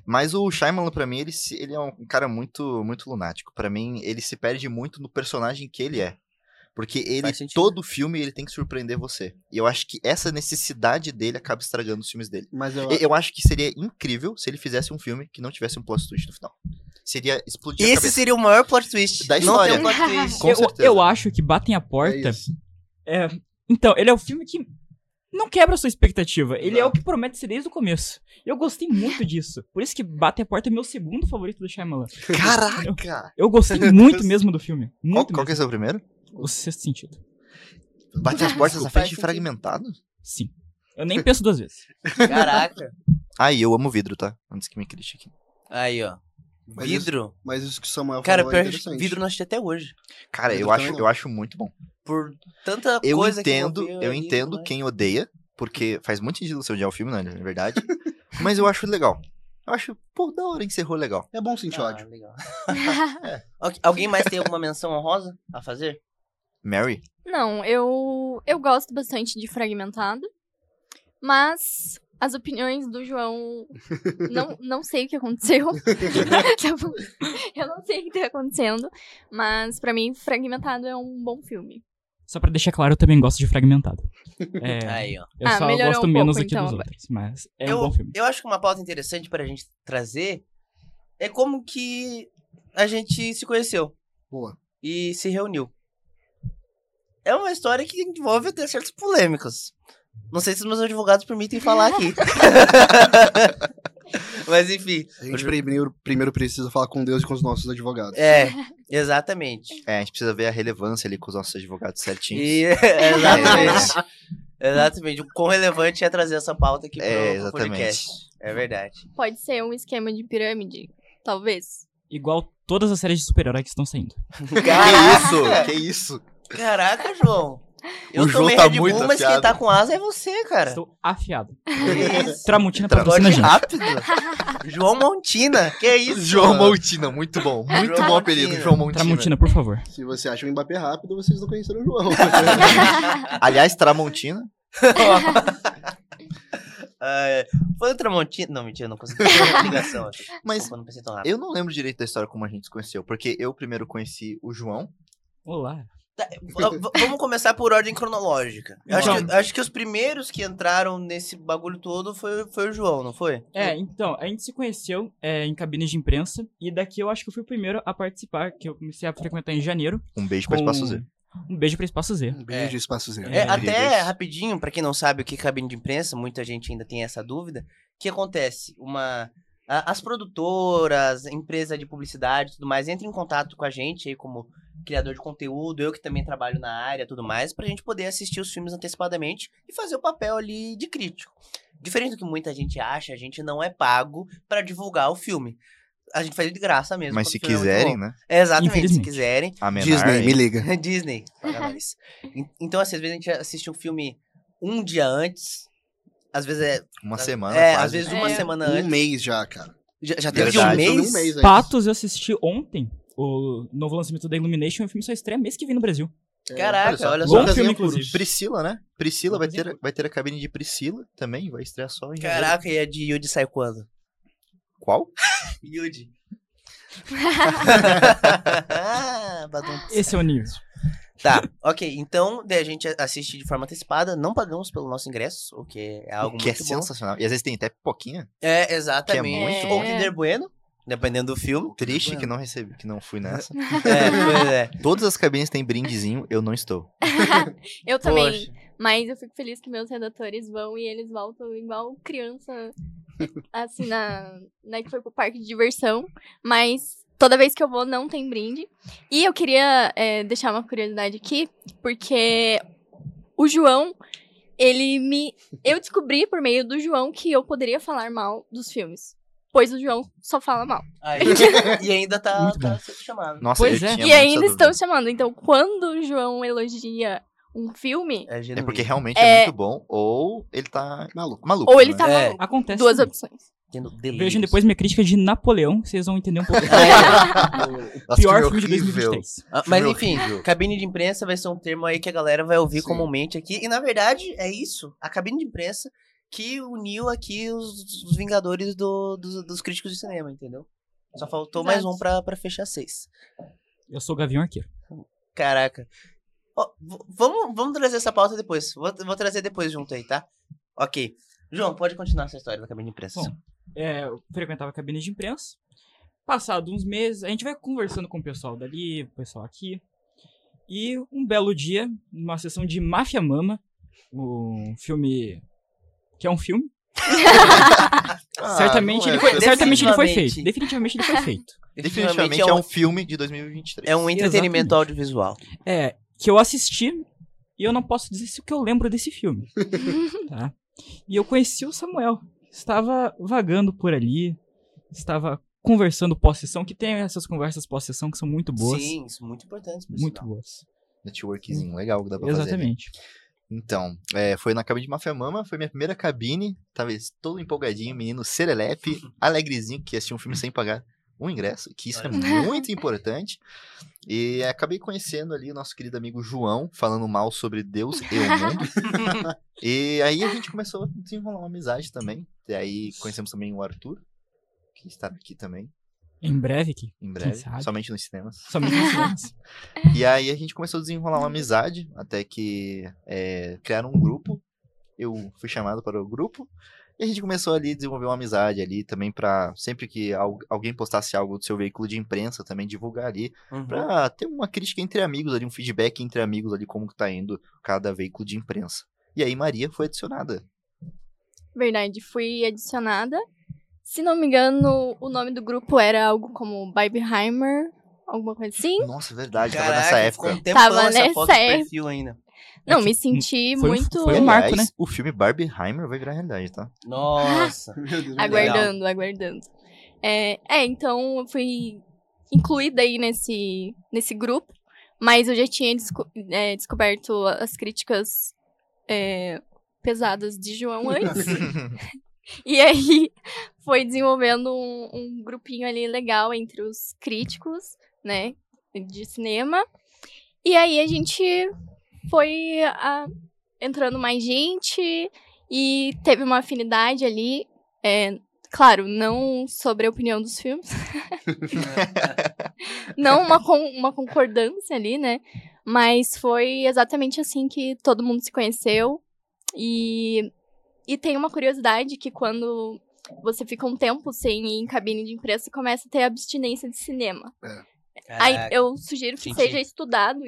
Speaker 4: Mas o Shyamalan, pra mim, ele, se- ele é um cara muito, muito lunático. Pra mim, ele se perde muito no personagem que ele é. Porque ele,
Speaker 1: Faz sentido.
Speaker 4: todo filme, ele tem que surpreender você. E eu acho que essa necessidade dele acaba estragando os filmes dele.
Speaker 3: Mas eu, é
Speaker 4: E- Eu acho que seria incrível se ele fizesse um filme que não tivesse um plot twist no final. Seria explodir a
Speaker 1: Esse
Speaker 4: cabeça.
Speaker 1: seria o maior plot twist.
Speaker 4: Da
Speaker 1: Não tem um
Speaker 5: história.
Speaker 1: plot twist.
Speaker 4: Com
Speaker 2: eu,
Speaker 4: certeza.
Speaker 2: eu acho que Batem a
Speaker 3: é
Speaker 2: Porta.
Speaker 3: isso.
Speaker 2: Então, ele é o filme que não quebra a sua expectativa. Ele é o
Speaker 3: Exato.
Speaker 2: que promete ser desde o começo. E Eu gostei muito disso. Por isso que Bate a Porta é meu segundo favorito do Shyamalan.
Speaker 4: Caraca!
Speaker 2: Eu gostei muito mesmo do filme.
Speaker 4: Qual,
Speaker 2: Muito
Speaker 4: qual que é
Speaker 2: mesmo.
Speaker 4: o seu primeiro?
Speaker 2: O sexto sentido.
Speaker 4: Bate as portas à
Speaker 1: Desculpa,
Speaker 4: frente de
Speaker 1: faz
Speaker 4: fragmentado?
Speaker 2: Sim. Eu nem penso duas vezes.
Speaker 1: Caraca.
Speaker 4: Ai, eu amo vidro, tá? Antes que me critiquem.
Speaker 1: Aí, ó.
Speaker 3: Mas
Speaker 1: Vidro.
Speaker 3: Mas isso que o Samuel
Speaker 1: Cara,
Speaker 3: falou é
Speaker 1: pior,
Speaker 3: interessante.
Speaker 1: vidro não assisti até hoje.
Speaker 4: Cara,
Speaker 3: Vidro
Speaker 4: eu acho,
Speaker 3: também não.
Speaker 4: eu acho muito bom.
Speaker 1: Por tanta
Speaker 4: Eu
Speaker 1: coisa
Speaker 4: entendo,
Speaker 1: que é envolveu
Speaker 4: eu
Speaker 1: ali, né?
Speaker 4: entendo
Speaker 1: mas-
Speaker 4: quem odeia, porque faz muito sentido você odiar o filme, né? Na verdade. Mas eu acho legal. Eu acho, pô, da hora encerrou legal.
Speaker 3: É bom sentir
Speaker 1: Ah,
Speaker 3: ódio.
Speaker 1: legal. Ok, Alguém mais tem alguma menção honrosa a fazer?
Speaker 4: Mary,
Speaker 5: Não, eu, eu gosto bastante de fragmentado, mas as opiniões do João. Não, não sei o que aconteceu. Tá bom? eu não sei o que tá acontecendo, mas pra mim, fragmentado é um bom filme.
Speaker 2: Só pra deixar claro, eu também gosto de Fragmentado. É,
Speaker 1: Aí, ó.
Speaker 2: eu
Speaker 5: Ah,
Speaker 2: só
Speaker 5: melhorou
Speaker 2: gosto
Speaker 5: um
Speaker 2: menos
Speaker 5: pouco,
Speaker 2: aqui dos
Speaker 5: então,
Speaker 2: outros. Mas é um bom filme.
Speaker 1: Eu acho que uma pauta interessante para a gente trazer é como que a gente se conheceu
Speaker 3: Boa.
Speaker 1: e se reuniu. É uma história que envolve até certas polêmicas. Não sei se os meus advogados permitem falar aqui. Mas enfim,
Speaker 3: A gente primeiro, primeiro precisa falar com Deus e com os nossos advogados.
Speaker 1: é, exatamente.
Speaker 4: é, a gente precisa ver a relevância ali com os nossos advogados certinhos.
Speaker 1: E, exatamente. Exatamente. O quão relevante é trazer essa pauta aqui pro,
Speaker 4: É,
Speaker 1: pro
Speaker 4: exatamente.
Speaker 1: podcast. É verdade.
Speaker 5: Pode ser um esquema de pirâmide, talvez.
Speaker 2: Igual todas as séries de super-herói que estão saindo.
Speaker 1: Caraca!
Speaker 4: Que isso? Que isso?
Speaker 1: Caraca, João. Eu
Speaker 4: O João
Speaker 1: tomei
Speaker 4: tá
Speaker 1: Red Bull,
Speaker 4: muito
Speaker 1: mas quem
Speaker 4: afiado.
Speaker 1: tá com asa é você, cara.
Speaker 2: Estou afiado.
Speaker 1: Que isso?
Speaker 2: Tramutina
Speaker 1: Agora
Speaker 2: patrocina a
Speaker 1: que
Speaker 2: gente.
Speaker 1: rápido. João Montina, que isso?
Speaker 4: João
Speaker 1: mano?
Speaker 4: Montina, muito bom. Muito
Speaker 1: João
Speaker 4: bom apelido,
Speaker 1: Montina.
Speaker 4: João Montina.
Speaker 2: Tramutina, por favor.
Speaker 3: Se você acha o Mbappé rápido, vocês não conheceram o João.
Speaker 4: Aliás, Tramontina.
Speaker 1: É, foi o Tramontina. Não, mentira, não consegui fazer uma ligação. aqui.
Speaker 4: Mas
Speaker 1: Desculpa, não pensei tão rápido.
Speaker 4: eu não lembro direito da história como a gente se conheceu, porque eu primeiro conheci o João.
Speaker 2: Olá.
Speaker 1: V- v- Vamos começar por ordem cronológica. Eu acho,
Speaker 2: Vamos.
Speaker 1: que, acho que os primeiros que entraram nesse bagulho todo foi, foi o João, não foi?
Speaker 2: É, então, a gente se conheceu é, em cabines de imprensa, e daqui eu acho que eu fui o primeiro a participar, que eu comecei a frequentar em janeiro.
Speaker 4: Um beijo pra
Speaker 2: com-
Speaker 4: Espaço Z.
Speaker 2: Um beijo pra Espaço Z.
Speaker 3: Um beijo, espaço zero.
Speaker 1: É,
Speaker 2: É,
Speaker 1: até
Speaker 4: Deus.
Speaker 1: rapidinho, pra quem não sabe o que é cabine de imprensa, muita gente ainda tem essa dúvida. O que acontece? Uma a- as produtoras, empresa de publicidade, e tudo mais, entra em contato com a gente aí como criador de conteúdo, eu que também trabalho na área, e tudo mais, pra gente poder assistir os filmes antecipadamente e fazer o papel ali de crítico. Diferente do que muita gente acha, a gente não é pago pra divulgar o filme. A gente faz de graça mesmo.
Speaker 4: Mas
Speaker 1: quando
Speaker 4: se
Speaker 1: o filme é muito
Speaker 4: quiserem,
Speaker 1: bom.
Speaker 4: né?
Speaker 1: Exatamente, se
Speaker 2: Infelizmente.
Speaker 1: quiserem.
Speaker 4: A menor,
Speaker 3: Disney, me liga.
Speaker 1: Disney, paga nós. En- Então, assim, às vezes a gente assiste um filme um dia antes. Às vezes é.
Speaker 4: Uma
Speaker 1: às-
Speaker 4: semana.
Speaker 1: É,
Speaker 4: quase.
Speaker 1: às vezes uma
Speaker 5: É.
Speaker 1: semana
Speaker 3: Um
Speaker 1: antes.
Speaker 3: mês já, cara.
Speaker 1: Já, já teve de
Speaker 4: Verdade.
Speaker 1: um
Speaker 3: Filme
Speaker 1: mês?
Speaker 3: Um mês antes.
Speaker 2: Patos eu assisti ontem, o novo lançamento da Illumination, e o filme só estreia mês que vem no Brasil.
Speaker 3: É,
Speaker 4: olha
Speaker 1: Caraca,
Speaker 4: só.
Speaker 1: olha
Speaker 2: Bom
Speaker 1: só.
Speaker 3: Poucas
Speaker 2: filme,
Speaker 3: ênforas.
Speaker 2: inclusive.
Speaker 4: Priscila, né? Priscila vai
Speaker 2: Mas
Speaker 4: ter,
Speaker 2: é-
Speaker 4: vai ter a cabine de Priscila também, vai estrear só em janeiro.
Speaker 1: Caraca, e a de Yudi sai quando?
Speaker 4: Qual?
Speaker 1: Yudi. Badum.
Speaker 2: Esse é o nível.
Speaker 1: tá, ok. Então, daí a gente assiste de forma antecipada, não pagamos pelo nosso ingresso, o que é algo
Speaker 4: que é
Speaker 1: muito bom.
Speaker 4: sensacional. E às vezes tem até pipoquinha.
Speaker 1: É, exatamente.
Speaker 5: muito
Speaker 1: Ou
Speaker 5: bom.
Speaker 1: Kinder Bueno, dependendo do filme.
Speaker 4: Triste que não recebi, que não fui nessa.
Speaker 1: É, pois é.
Speaker 4: Todas as cabines têm brindezinho, eu não estou.
Speaker 5: eu também.
Speaker 1: Poxa.
Speaker 5: Mas eu fico feliz que meus redatores vão e eles voltam igual criança, assim, na, na que foi pro parque de diversão. Mas toda vez que eu vou, não tem brinde. E eu queria eh, deixar uma curiosidade aqui, porque o João, ele me. Eu descobri por meio do João que eu poderia falar mal dos filmes. Pois o João só fala mal.
Speaker 1: Aí, e ainda tá,
Speaker 2: Muito
Speaker 1: tá
Speaker 2: bom.
Speaker 1: sendo chamado.
Speaker 4: Nossa,
Speaker 2: Pois
Speaker 4: eu
Speaker 2: é.
Speaker 4: tinha
Speaker 5: e
Speaker 4: muita
Speaker 5: ainda
Speaker 4: dúvida.
Speaker 5: estão chamando. Então, quando o João elogia um filme,
Speaker 1: É,
Speaker 4: É
Speaker 1: genuíno.
Speaker 4: porque realmente é,
Speaker 5: É.
Speaker 4: muito bom, ou ele tá
Speaker 3: Maluco.
Speaker 4: maluco.
Speaker 5: ou ele
Speaker 4: né?
Speaker 5: tá
Speaker 1: É.
Speaker 5: maluco.
Speaker 2: Acontece.
Speaker 5: Duas
Speaker 2: também.
Speaker 5: opções.
Speaker 1: Tendo delírios.
Speaker 2: Vejam depois minha crítica de Napoleão, vocês vão entender um pouco.
Speaker 4: Nossa, que
Speaker 2: Pior filme de
Speaker 4: horrível.
Speaker 2: 2023.
Speaker 1: Ah, Mas
Speaker 4: Filme
Speaker 1: enfim,
Speaker 4: horrível.
Speaker 1: cabine de imprensa vai ser um termo aí que a galera vai ouvir
Speaker 3: Sim.
Speaker 1: comumente aqui. E na verdade é isso, a cabine de imprensa que uniu aqui os, os vingadores do- dos, dos críticos de cinema, entendeu? Só faltou mais
Speaker 5: Exato.
Speaker 1: um pra, pra fechar seis.
Speaker 2: Eu sou o Gavião Arqueiro.
Speaker 1: Caraca. Ó, v- vamos, vamos trazer essa pauta depois. Vou, vou trazer depois junto aí, tá? Ok. João, pode continuar essa história da cabine de imprensa.
Speaker 2: Bom, é, eu frequentava a cabine de imprensa. Passado uns meses, a gente vai conversando com o pessoal dali, o pessoal aqui. E um belo dia, numa sessão de Máfia Mama, um filme. Que é um filme?
Speaker 4: Ah,
Speaker 2: certamente
Speaker 4: não
Speaker 2: ele
Speaker 4: é.
Speaker 2: foi, certamente ele foi
Speaker 1: Definitivamente.
Speaker 2: feito. Definitivamente ele foi feito.
Speaker 4: Definitivamente é um filme de 2023.
Speaker 1: é um entretenimento
Speaker 2: Exatamente.
Speaker 1: audiovisual.
Speaker 2: É, que eu assisti e eu não posso dizer se o que eu lembro desse filme. tá? E eu conheci o Samuel. Estava vagando por ali, estava conversando pós-sessão, que tem essas conversas pós-sessão que são muito boas.
Speaker 1: Sim, isso é muito importante. por
Speaker 2: muito
Speaker 1: sinal.
Speaker 2: boas.
Speaker 4: networkzinho legal que dá pra fazer. ali.
Speaker 2: Exatamente.
Speaker 4: Então, é, foi na cabine de Mafemama, foi minha primeira cabine, tava todo empolgadinho, menino serelepe, alegrezinho, que assistiu um filme sem pagar um ingresso, que isso é muito importante. E acabei conhecendo ali o nosso querido amigo João, falando mal sobre Deus e o mundo. e aí a gente começou a desenrolar uma amizade também. E aí conhecemos também o Arthur, que está aqui também,
Speaker 2: Em breve aqui.
Speaker 4: em breve,
Speaker 2: sabe?
Speaker 4: somente nos cinemas.
Speaker 2: Somente assim, nos cinemas.
Speaker 4: E aí a gente começou a desenrolar uma amizade, até que é, criaram um grupo. Eu fui chamado para o grupo. E a gente começou ali a desenvolver uma amizade ali também para sempre que al- alguém postasse algo do seu veículo de imprensa também divulgar ali
Speaker 1: Uhum.
Speaker 4: para ter uma crítica entre amigos ali, um feedback entre amigos ali como que tá indo cada veículo de imprensa. E aí Maria foi adicionada.
Speaker 5: Verdade, fui adicionada. Se não me engano, o nome do grupo era algo como Bibeheimer, alguma coisa assim.
Speaker 4: Nossa, é verdade,
Speaker 1: Caraca,
Speaker 4: tava nessa
Speaker 1: ficou
Speaker 4: época.
Speaker 1: um tempão
Speaker 5: Tava
Speaker 1: essa foto
Speaker 5: nessa
Speaker 1: de
Speaker 5: época.
Speaker 1: perfil ainda.
Speaker 5: Não,
Speaker 2: É que
Speaker 5: me senti
Speaker 2: foi um-
Speaker 5: muito
Speaker 2: foi um marco,
Speaker 4: Aliás,
Speaker 2: né?
Speaker 4: O filme Barbieheimer vai virar realidade, tá?
Speaker 1: Nossa.
Speaker 3: Meu Deus,
Speaker 5: aguardando, aguardando. É, é, então eu fui incluída aí nesse, nesse grupo, mas eu já tinha desco- é, descoberto as críticas é, pesadas de João antes. E aí foi desenvolvendo um, um grupinho ali legal entre os críticos, né, de cinema. E aí a gente foi ah, entrando mais gente e teve uma afinidade ali. é, claro, não sobre a opinião dos filmes, não uma, con- uma concordância ali, né? Mas foi exatamente assim que todo mundo se conheceu. E, e tem uma curiosidade que quando você fica um tempo sem ir em cabine de imprensa, você começa a ter abstinência de cinema. Aí
Speaker 1: Caraca, é
Speaker 5: eu sugiro que
Speaker 1: Entendi.
Speaker 5: seja estudado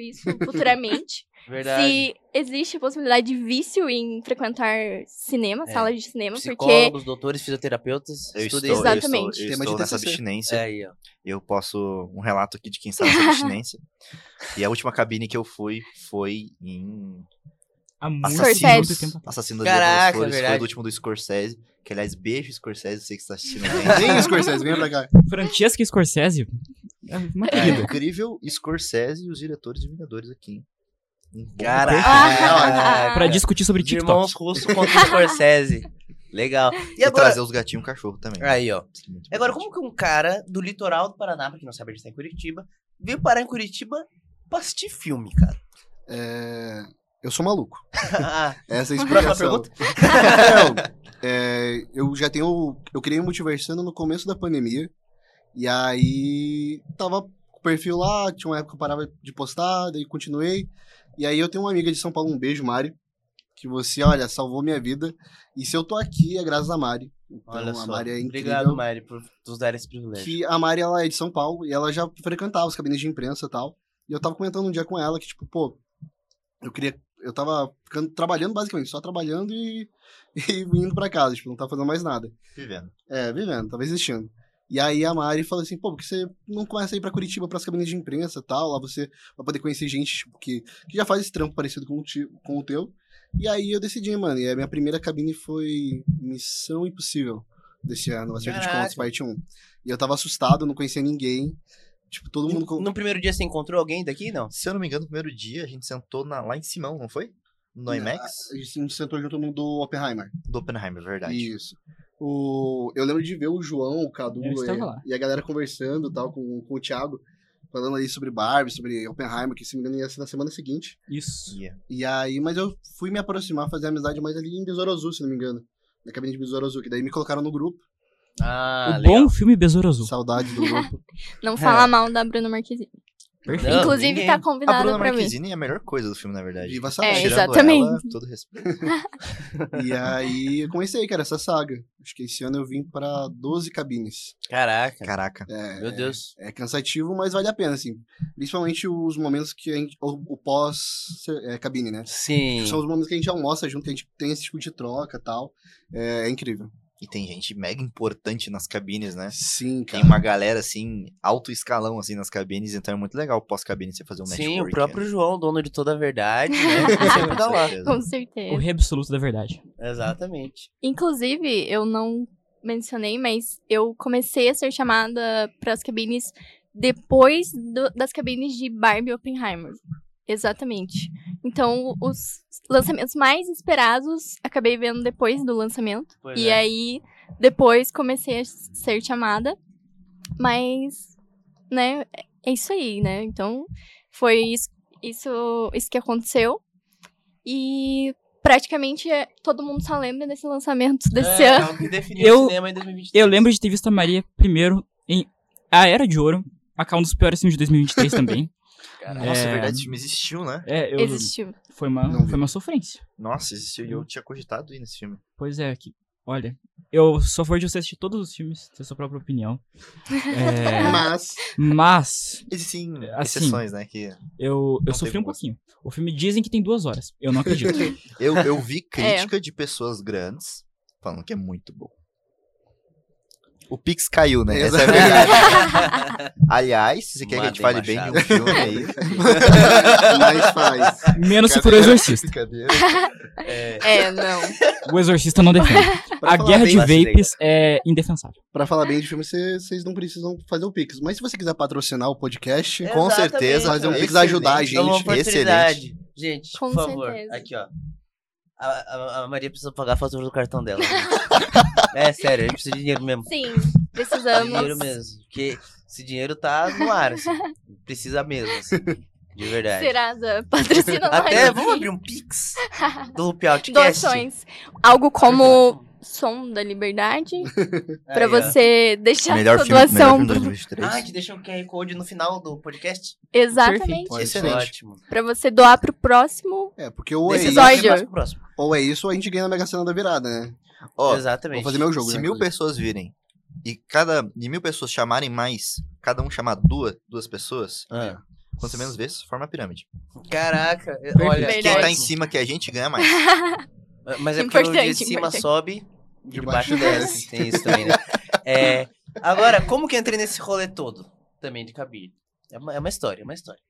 Speaker 5: isso futuramente.
Speaker 1: Verdade.
Speaker 5: Se existe a possibilidade de vício em frequentar cinema,
Speaker 1: É,
Speaker 5: salas de cinema, porque
Speaker 1: Psicólogos, doutores, fisioterapeutas,
Speaker 4: Eu estou,
Speaker 1: estudem
Speaker 4: eu
Speaker 1: isso. É
Speaker 4: estou, eu
Speaker 5: Exatamente.
Speaker 3: Tema de
Speaker 4: estou nessa
Speaker 3: TCC.
Speaker 4: abstinência.
Speaker 1: Aí, ó.
Speaker 4: Eu posso. Um relato aqui de quem sabe essa abstinência. e a última cabine que eu fui foi em
Speaker 2: Há muito, muito
Speaker 4: Assassinos.
Speaker 2: tempo atrás.
Speaker 4: Assassino das
Speaker 1: Caraca,
Speaker 4: Caraca,
Speaker 1: é
Speaker 4: Flores. Foi
Speaker 1: verdade.
Speaker 4: do último do Scorsese. Que, aliás, beijo, Scorsese. Sei que você tá assistindo.
Speaker 3: Nem
Speaker 4: Né?
Speaker 3: Scorsese, venha pra cá.
Speaker 2: Francesca Scorsese. é Uma
Speaker 4: é
Speaker 2: querida.
Speaker 4: incrível Scorsese e os diretores e Vingadores aqui. hein? Um bom
Speaker 1: Caraca.
Speaker 2: Pra discutir sobre
Speaker 1: De
Speaker 2: TikTok.
Speaker 1: irmãos russo contra o Scorsese. Legal.
Speaker 4: E
Speaker 1: E agora...
Speaker 4: trazer os gatinhos e o cachorro também.
Speaker 1: Aí, ó.
Speaker 4: Isso é muito
Speaker 1: E Agora,
Speaker 4: importante.
Speaker 1: como que um cara do litoral do Paraná, pra quem não sabe, a gente tá em Curitiba, veio parar em Curitiba pra assistir filme, cara?
Speaker 3: É, Eu sou maluco.
Speaker 1: Ah,
Speaker 3: Essa é a
Speaker 1: Próxima
Speaker 3: explicação.
Speaker 1: pergunta?
Speaker 3: Não, é, eu já tenho. Eu criei o Multiversando no começo da pandemia. E aí tava com o perfil lá, tinha uma época que eu parava de postar, daí continuei. E aí eu tenho uma amiga de São Paulo, um beijo, Mari. Que você, olha, salvou minha vida. E se eu tô aqui, é graças a Mari. Então
Speaker 1: Olha
Speaker 3: a
Speaker 1: só.
Speaker 3: Mari é incrível.
Speaker 1: Obrigado, Mari, por nos dar esse privilégio.
Speaker 3: que a Mari, ela é de São Paulo e ela já frequentava os cabines de imprensa e tal. E eu tava comentando um dia com ela que, tipo, pô, eu queria. Eu tava ficando, trabalhando basicamente, só trabalhando e, e indo pra casa, tipo, não tava fazendo mais nada.
Speaker 4: Vivendo.
Speaker 3: É, vivendo, tava existindo. E aí a Mari falou assim, pô, por que você não começa a ir pra Curitiba pras cabines de imprensa e tal? Lá você vai poder conhecer gente tipo, que, que já faz esse trampo parecido com o, ti- com o teu. E aí eu decidi, mano, e a minha primeira cabine foi Missão Impossível desse ano, Acerto de
Speaker 1: Caraca.
Speaker 3: Contas, parte 1. E eu tava assustado, não conhecia ninguém. Tipo, todo mundo... com-
Speaker 1: No primeiro dia você encontrou alguém daqui, não?
Speaker 4: Se eu não me engano, no primeiro dia a gente sentou na- lá em Simão, não foi? No IMAX?
Speaker 3: A gente se sentou junto no do Oppenheimer.
Speaker 4: Do Oppenheimer, é verdade.
Speaker 3: Isso. O... Eu lembro de ver o João, o Cadu
Speaker 2: Eu estava lá.
Speaker 3: e, e a galera conversando tal com, com o Thiago, falando ali sobre Barbie, sobre Oppenheimer, que se não me engano ia ser na semana seguinte.
Speaker 2: Isso.
Speaker 4: Yeah.
Speaker 3: E aí, mas eu fui me aproximar, fazer amizade mais ali em Besouro Azul, se não me engano. Na cabine de Besouro Azul, que daí me colocaram no grupo.
Speaker 1: Ah,
Speaker 2: o bom filme Besouro Azul.
Speaker 3: Saudade do grupo.
Speaker 5: não fala mal da Bruna Marquezine.
Speaker 2: Perfeito.
Speaker 1: É. Não,
Speaker 5: Inclusive,
Speaker 1: ninguém. é.
Speaker 5: tá
Speaker 4: A
Speaker 5: convidado
Speaker 4: Bruna
Speaker 5: pra mim.
Speaker 4: Marquezine é a melhor coisa do filme, na verdade.
Speaker 3: Viva
Speaker 5: É,
Speaker 3: Sarah.
Speaker 4: Tirando
Speaker 5: exatamente.
Speaker 4: ela, todo respeito.
Speaker 3: E aí eu comecei, cara, essa saga. Acho que esse ano eu vim pra 12 cabines.
Speaker 1: Caraca.
Speaker 4: Caraca.
Speaker 3: É,
Speaker 1: Meu Deus.
Speaker 3: é cansativo, mas vale a pena, assim. Principalmente os momentos que a gente. O, o pós-cabine, né?
Speaker 1: Sim.
Speaker 3: São os momentos que a gente almoça junto, que a gente tem esse tipo de troca e tal. É, é incrível.
Speaker 4: E tem gente mega importante nas cabines, né?
Speaker 3: Sim,
Speaker 4: Tem
Speaker 3: cara.
Speaker 4: uma galera, assim, alto escalão, assim, nas cabines, então é muito legal pós-cabine você fazer um
Speaker 1: Sim, o
Speaker 4: network,
Speaker 1: próprio
Speaker 4: né?
Speaker 1: João, dono de toda a verdade, né? Sempre tá
Speaker 4: Com
Speaker 1: lá.
Speaker 4: certeza.
Speaker 5: Com
Speaker 2: O
Speaker 5: certeza.
Speaker 2: rei absoluto da verdade.
Speaker 1: Exatamente.
Speaker 5: Inclusive, eu não mencionei, mas eu comecei a ser chamada pras cabines depois do- das cabines de Barbie Oppenheimer. Exatamente. Então, os lançamentos mais esperados acabei vendo depois do lançamento.
Speaker 1: Pois
Speaker 5: E
Speaker 1: é.
Speaker 5: aí, depois comecei a ser chamada. Mas, né, é isso aí, né? Então, foi isso, isso, isso que aconteceu. E praticamente é- todo mundo só lembra desse lançamento desse
Speaker 1: É,
Speaker 5: ano.
Speaker 1: é o que definiu
Speaker 2: Eu-
Speaker 1: o cinema em 2023.
Speaker 2: Eu lembro de ter visto a Maria primeiro em A Era de Ouro, acá um dos piores filmes de 2023 também.
Speaker 1: Caraca.
Speaker 4: Nossa, é
Speaker 2: É.
Speaker 4: verdade, esse filme existiu, né?
Speaker 2: É, eu,
Speaker 5: Existiu.
Speaker 2: foi, uma,
Speaker 3: Não vi.
Speaker 2: foi uma sofrência.
Speaker 4: Nossa, existiu e eu tinha cogitado ir nesse filme.
Speaker 2: Pois é, que, olha, eu sou a favor de você assistir todos os filmes, ter sua própria opinião. É,
Speaker 3: Mas.
Speaker 2: mas
Speaker 4: Existem
Speaker 2: Assim.
Speaker 4: exceções, né? Que
Speaker 2: eu, eu
Speaker 4: Não
Speaker 2: sofri
Speaker 4: teve
Speaker 2: um
Speaker 4: gosto.
Speaker 2: pouquinho. O filme dizem que tem duas horas. Eu não acredito.
Speaker 4: eu, eu vi crítica de pessoas grandes falando que é muito bom. O Pix caiu, né? Essa é a
Speaker 3: Exato.
Speaker 4: verdade. Aliás, se você quer que a gente fale
Speaker 1: Madem
Speaker 4: bem de um
Speaker 1: Machado.
Speaker 4: filme aí,
Speaker 3: mas faz.
Speaker 2: Menos se for o Exorcista.
Speaker 4: brincadeira.
Speaker 5: É, não.
Speaker 2: O Exorcista não defende.
Speaker 3: Pra
Speaker 2: A
Speaker 3: falar
Speaker 2: guerra
Speaker 3: bem-
Speaker 2: de
Speaker 4: da direita.
Speaker 2: vapes é indefensável.
Speaker 3: Pra falar bem de filme, cê- vocês não precisam fazer o Pix. Mas se você quiser patrocinar o podcast,
Speaker 1: É.
Speaker 4: Com
Speaker 1: Exatamente.
Speaker 4: certeza.
Speaker 1: Fazer um
Speaker 3: Pix ajudar a
Speaker 4: excelente,
Speaker 1: É uma
Speaker 3: gente,
Speaker 1: oportunidade.
Speaker 4: Excelente.
Speaker 1: Gente,
Speaker 5: Com
Speaker 1: por favor.
Speaker 5: certeza.
Speaker 1: Aqui, ó. A, a- a Maria precisa pagar a fatura do cartão dela. é sério, a gente precisa de dinheiro mesmo.
Speaker 5: Sim,
Speaker 1: Dinheiro
Speaker 5: precisamos.
Speaker 1: Tá mesmo. Porque esse dinheiro tá no ar, assim. Precisa mesmo, assim. De verdade.
Speaker 5: Serasa patrocina nós.
Speaker 1: Até, vamos abrir um Pix do Happy Outcast.
Speaker 5: Doações. Algo como Som da Liberdade,
Speaker 1: Aí,
Speaker 5: pra
Speaker 1: ó.
Speaker 5: você deixar
Speaker 4: Melhor
Speaker 5: sua
Speaker 4: filme, melhor
Speaker 5: doação.
Speaker 4: filme de
Speaker 5: pro-
Speaker 4: 2023.
Speaker 1: Ah, a gente deixa o QR Code no final do podcast? é
Speaker 5: Exatamente.
Speaker 3: Pode ser.
Speaker 4: Excelente.
Speaker 1: Ótimo.
Speaker 5: Pra você doar pro próximo.
Speaker 3: É, porque ou é,
Speaker 1: Desse
Speaker 3: isso,
Speaker 5: Decisões.
Speaker 1: episódio, passa pro próximo.
Speaker 3: ou é isso, ou a gente ganha na Mega Sena da virada, né?
Speaker 4: Ó,
Speaker 1: Exatamente.
Speaker 3: Vou fazer meu jogo.
Speaker 4: se
Speaker 3: né,
Speaker 4: mil
Speaker 3: inclusive.
Speaker 4: pessoas virem e cada e mil pessoas chamarem mais, cada um chamar duas, duas pessoas,
Speaker 1: Ah.
Speaker 4: quanto menos vezes, forma a pirâmide.
Speaker 1: Caraca, olha.
Speaker 2: Perfeito.
Speaker 4: Quem tá
Speaker 1: ótimo.
Speaker 4: em cima que a gente ganha mais.
Speaker 1: Mas é porque o de
Speaker 5: Importante,
Speaker 1: cima
Speaker 5: importante.
Speaker 1: sobe e de
Speaker 3: Debaixo
Speaker 1: baixo desce. Tem isso também, né? É, agora, como que eu entrei nesse rolê todo? Também de cabine. É uma, é uma história, é uma história.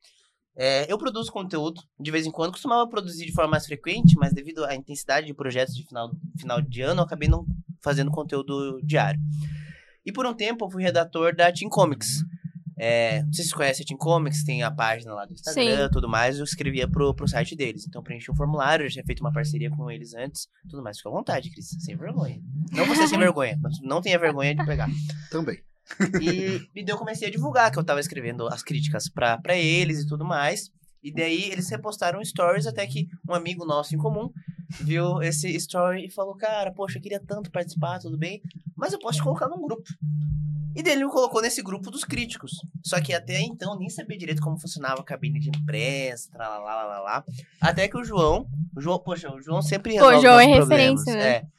Speaker 1: É, eu produzo conteúdo, de vez em quando, costumava produzir de forma mais frequente, mas devido à intensidade de projetos de final, final de ano, eu acabei não fazendo conteúdo diário. E por um tempo eu fui redator da Team Comics. É, não sei se vocês conhecem a Team Comics, tem a página lá do Instagram e tudo mais, eu escrevia pro, pro site deles. Então eu preenchi um formulário, eu já tinha feito uma parceria com eles antes, tudo mais. Fica à vontade, Cris, sem vergonha. Não você sem vergonha, mas não tenha vergonha de pegar.
Speaker 3: Também.
Speaker 1: E, e daí eu comecei a divulgar que eu tava escrevendo as críticas pra, pra eles e tudo mais. E daí eles repostaram stories até que um amigo nosso em comum viu esse story e falou: Cara, poxa, eu queria tanto participar, tudo bem, mas eu posso te colocar num grupo. E daí ele me colocou nesse grupo dos críticos. Só que até então eu nem sabia direito como funcionava a cabine de imprensa, lá, lá, lá, lá. Até que o João, o João, poxa, o João sempre
Speaker 5: Pô,
Speaker 1: resolve
Speaker 5: João é
Speaker 1: nossos problemas.
Speaker 5: referência, né?
Speaker 1: É.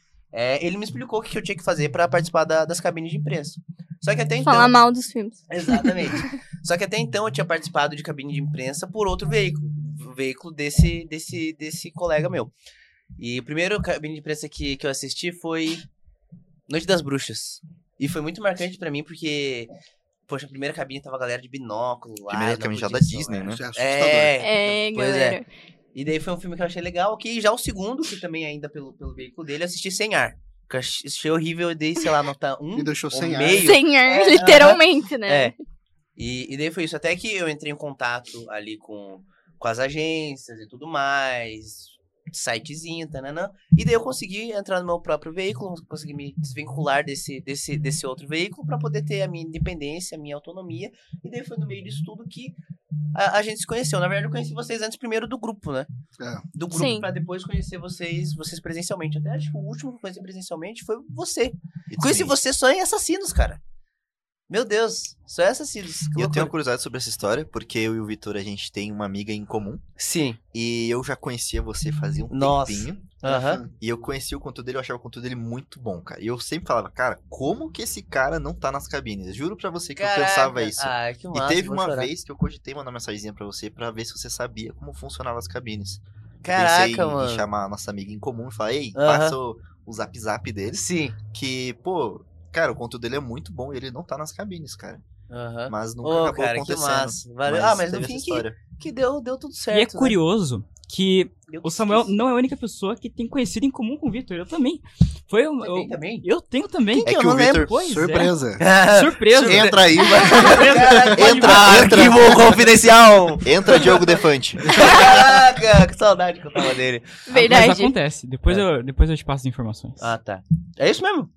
Speaker 1: É, ele me explicou o que que eu tinha que fazer pra participar da- das cabines de imprensa. Só que até então.
Speaker 5: Falar mal dos filmes.
Speaker 1: Exatamente. Só que até então eu tinha participado de cabine de imprensa por outro veículo. O veículo desse, desse, desse colega meu. E o primeiro cabine de imprensa que, que eu assisti foi Noite das Bruxas. E foi muito marcante pra mim, porque, poxa, a primeira cabine tava a galera de binóculo lá.
Speaker 4: Primeira
Speaker 1: não
Speaker 4: cabine já
Speaker 1: podia
Speaker 4: da
Speaker 1: só,
Speaker 4: Disney,
Speaker 1: né?
Speaker 4: né?
Speaker 3: Isso é assustador.
Speaker 1: É,
Speaker 5: É,
Speaker 1: pois é.
Speaker 5: galera.
Speaker 1: E daí foi um filme que eu achei legal, que já o segundo, que também é ainda pelo, pelo veículo dele, eu assisti sem ar. Que eu ach- achei horrível, eu dei, sei lá, nota 1.
Speaker 3: Me deixou sem ar.
Speaker 1: meio,
Speaker 5: Sem ar,
Speaker 1: É,
Speaker 5: literalmente, né?
Speaker 1: É. E, e daí foi isso. Até que eu entrei em contato ali com, com as agências e tudo mais, sitezinho, tananã. E daí eu consegui entrar no meu próprio veículo, consegui me desvincular desse, desse, desse outro veículo para poder ter a minha independência, a minha autonomia. E daí foi no meio disso tudo que a, a gente se conheceu. Na verdade, eu conheci vocês antes primeiro do grupo, né?
Speaker 3: É.
Speaker 1: Do grupo
Speaker 5: Sim.
Speaker 1: para depois conhecer vocês, vocês presencialmente. Até acho que o último que eu conheci presencialmente foi você.
Speaker 4: E
Speaker 1: Conheci
Speaker 4: também-
Speaker 1: você só em Assassinos, cara. Meu Deus, só essa Silas. que
Speaker 4: E eu tenho uma
Speaker 1: loucura.
Speaker 4: curiosidade sobre essa história, porque eu e o Vitor, a gente tem uma amiga em comum.
Speaker 1: Sim.
Speaker 4: E eu já conhecia você fazia um
Speaker 1: Nossa.
Speaker 4: tempinho.
Speaker 1: Aham.
Speaker 4: E eu conheci o conteúdo dele, eu achava o conteúdo dele muito bom, cara. E eu sempre falava, cara, como que esse cara não tá nas cabines? Juro pra você que eu pensava isso.
Speaker 1: Ah, que
Speaker 4: E
Speaker 1: massa,
Speaker 4: teve
Speaker 1: vou
Speaker 4: uma
Speaker 1: chorar.
Speaker 4: vez que eu cogitei mandar mensagenzinha pra você pra ver se você sabia como funcionavam as cabines. Pensei
Speaker 1: Caraca,
Speaker 4: em- em
Speaker 1: mano.
Speaker 4: chamar a nossa amiga em comum e falar, ei,
Speaker 1: Aham.
Speaker 4: passa o, o zap zap dele.
Speaker 1: Sim.
Speaker 4: Que, pô, cara, o conteúdo dele é muito bom e ele não tá nas cabines, cara.
Speaker 1: Aham.
Speaker 4: Mas nunca
Speaker 1: Ô,
Speaker 4: acabou
Speaker 1: cara, que
Speaker 4: acontecendo.
Speaker 1: massa. Valeu. ah, mas no
Speaker 4: teve
Speaker 1: fim
Speaker 4: essa
Speaker 1: que,
Speaker 4: história.
Speaker 1: que deu, deu tudo certo.
Speaker 2: E é
Speaker 1: né?
Speaker 2: curioso que
Speaker 1: Deu
Speaker 2: o
Speaker 1: tudo
Speaker 2: Samuel
Speaker 1: certo.
Speaker 2: não é a única pessoa que tem conhecido em comum com o Vitor. Eu também. Foi um,
Speaker 1: Você
Speaker 2: eu,
Speaker 1: tem também?
Speaker 2: eu tenho também.
Speaker 4: É
Speaker 1: eu
Speaker 4: que o
Speaker 1: não lembro,
Speaker 4: Vitor.
Speaker 2: Pois
Speaker 3: Surpresa.
Speaker 2: é. Surpresa.
Speaker 4: Entra aí, vai.
Speaker 1: Caraca,
Speaker 4: Entra, entra.
Speaker 1: Arquivo confidencial!
Speaker 4: Entra, Diogo Defante.
Speaker 1: Caraca, que saudade que eu tava dele.
Speaker 2: Mas
Speaker 5: Verdade.
Speaker 2: acontece. Depois, eu, depois eu te passo as informações.
Speaker 1: Ah, tá. É isso mesmo?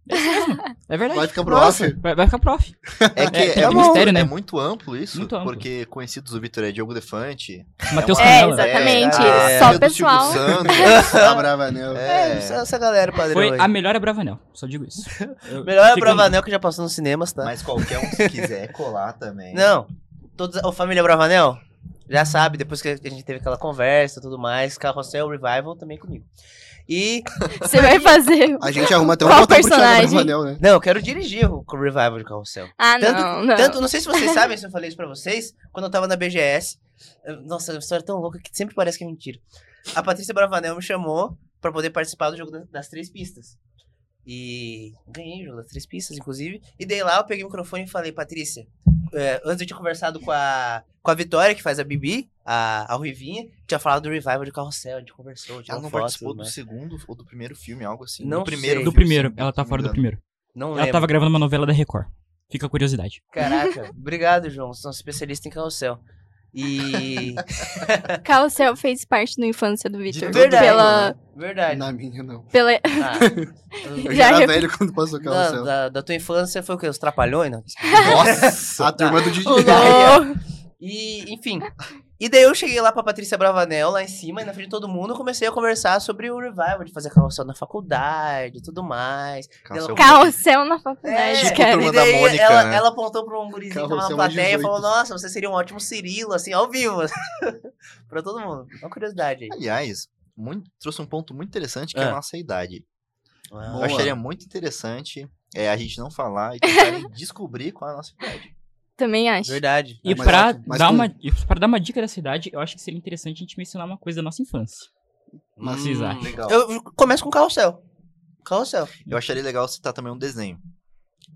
Speaker 2: É verdade.
Speaker 3: Vai ficar pro
Speaker 2: Nossa,
Speaker 3: off?
Speaker 2: Vai, vai ficar prof.
Speaker 4: É que
Speaker 2: É,
Speaker 4: é,
Speaker 2: tem um
Speaker 4: muito,
Speaker 2: mistério, né?
Speaker 4: é muito amplo isso,
Speaker 2: Muito amplo.
Speaker 4: porque conhecidos do Vitor é Diogo Defante.
Speaker 2: Matheus
Speaker 4: uma-
Speaker 5: É,
Speaker 2: Canela.
Speaker 5: exatamente.
Speaker 1: É,
Speaker 5: Só
Speaker 4: filha do
Speaker 5: o
Speaker 4: Silvio
Speaker 5: pessoal.
Speaker 4: Santos.
Speaker 3: Tá brava, né?
Speaker 1: É,
Speaker 4: É.
Speaker 1: essa, essa galera padrão
Speaker 2: Foi
Speaker 1: aí.
Speaker 2: a melhor é Bravanel. Só digo isso. Eu-
Speaker 1: Melhor é a
Speaker 2: fica-
Speaker 1: Bravanel que já passou nos cinemas, tá?
Speaker 4: Mas qualquer um se quiser colar também.
Speaker 1: Não. Todos, ô, família Bravanel, já sabe, depois que a gente teve aquela conversa e tudo mais, Carrossel Revival também comigo. E.
Speaker 5: Você vai fazer.
Speaker 3: A gente arruma até um
Speaker 5: Qual
Speaker 3: botão pro Thiago
Speaker 5: personagem?
Speaker 3: Bravanel, né?
Speaker 1: Não, eu quero dirigir o Revival de Carrossel.
Speaker 5: Ah,
Speaker 1: Tanto-
Speaker 5: não, não.
Speaker 1: Tanto, não sei se vocês sabem, se eu falei isso pra vocês, quando eu tava na BGS. eu- Nossa, a história é tão louca que sempre parece que é mentira. A Patrícia Bravanel me chamou pra poder participar do jogo da- das três pistas. E ganhei o jogo das três pistas, inclusive. E daí lá eu peguei o microfone e falei, Patrícia, é, antes eu tinha conversado com a, com a Vitória, que faz a Bibi, a, a Ruivinha, tinha falado do revival de carrossel, a gente conversou, tinha
Speaker 4: Ela não
Speaker 1: foto,
Speaker 4: participou do
Speaker 1: né?
Speaker 4: segundo ou do primeiro filme, algo assim.
Speaker 1: Não
Speaker 4: do primeiro
Speaker 1: sei.
Speaker 2: Do
Speaker 4: filme,
Speaker 2: primeiro.
Speaker 4: se não
Speaker 2: Ela tá
Speaker 4: me
Speaker 2: fora do
Speaker 4: engano.
Speaker 2: primeiro.
Speaker 1: Não
Speaker 2: Ela
Speaker 1: lembro.
Speaker 2: tava gravando uma novela da Record. Fica a curiosidade.
Speaker 1: Caraca, obrigado, João. Você é um especialista em carrossel. E.
Speaker 5: Carrossel fez parte da infância do Vitor.
Speaker 4: tudo,
Speaker 1: Verdade.
Speaker 5: Pela,
Speaker 1: Verdade.
Speaker 3: Na minha, não.
Speaker 5: pela...
Speaker 1: Ah,
Speaker 3: Eu
Speaker 5: Já
Speaker 3: já era
Speaker 5: rep-
Speaker 3: velho quando passou o
Speaker 1: da,
Speaker 3: carrossel.
Speaker 1: da- da tua infância foi o quê? Os trapalhões? Não?
Speaker 4: Nossa!
Speaker 5: Tá.
Speaker 3: A turma do Didi.
Speaker 5: o Lô.
Speaker 1: E, enfim. E daí eu cheguei lá pra Patrícia Bravanel, lá em cima, e na frente de todo mundo, eu comecei a conversar sobre o revival de fazer carrossel na faculdade e tudo mais.
Speaker 4: Carrossel.
Speaker 5: Carrossel na faculdade,
Speaker 1: É,
Speaker 5: cara.
Speaker 4: Turma
Speaker 1: e
Speaker 4: da
Speaker 1: daí
Speaker 4: Mônica,
Speaker 1: ela,
Speaker 4: né?
Speaker 1: ela apontou pra um gurizinho que tava na
Speaker 3: Carrossel é
Speaker 1: plateia e
Speaker 3: 18.
Speaker 1: falou, nossa, você seria um ótimo Cirilo, assim, ao vivo. pra todo mundo. Uma curiosidade aí.
Speaker 4: Aliás, muito- trouxe um ponto muito interessante que é
Speaker 1: Ah.
Speaker 4: a nossa idade. Eu
Speaker 3: Boa.
Speaker 4: acharia muito interessante é, a gente não falar e tentar descobrir qual é
Speaker 1: Hum,
Speaker 4: a nossa idade.
Speaker 5: Também acho.
Speaker 1: Verdade.
Speaker 2: E
Speaker 3: mas
Speaker 2: pra,
Speaker 3: ótimo, mas
Speaker 2: dar
Speaker 3: com-
Speaker 2: uma, e pra dar uma dica dessa idade, eu acho que seria interessante a gente mencionar uma coisa da nossa infância.
Speaker 4: Mas
Speaker 2: vocês acham?
Speaker 4: Legal. Eu...
Speaker 1: Hum, Eu começo com carrossel. Carrossel.
Speaker 4: acharia legal citar também um desenho.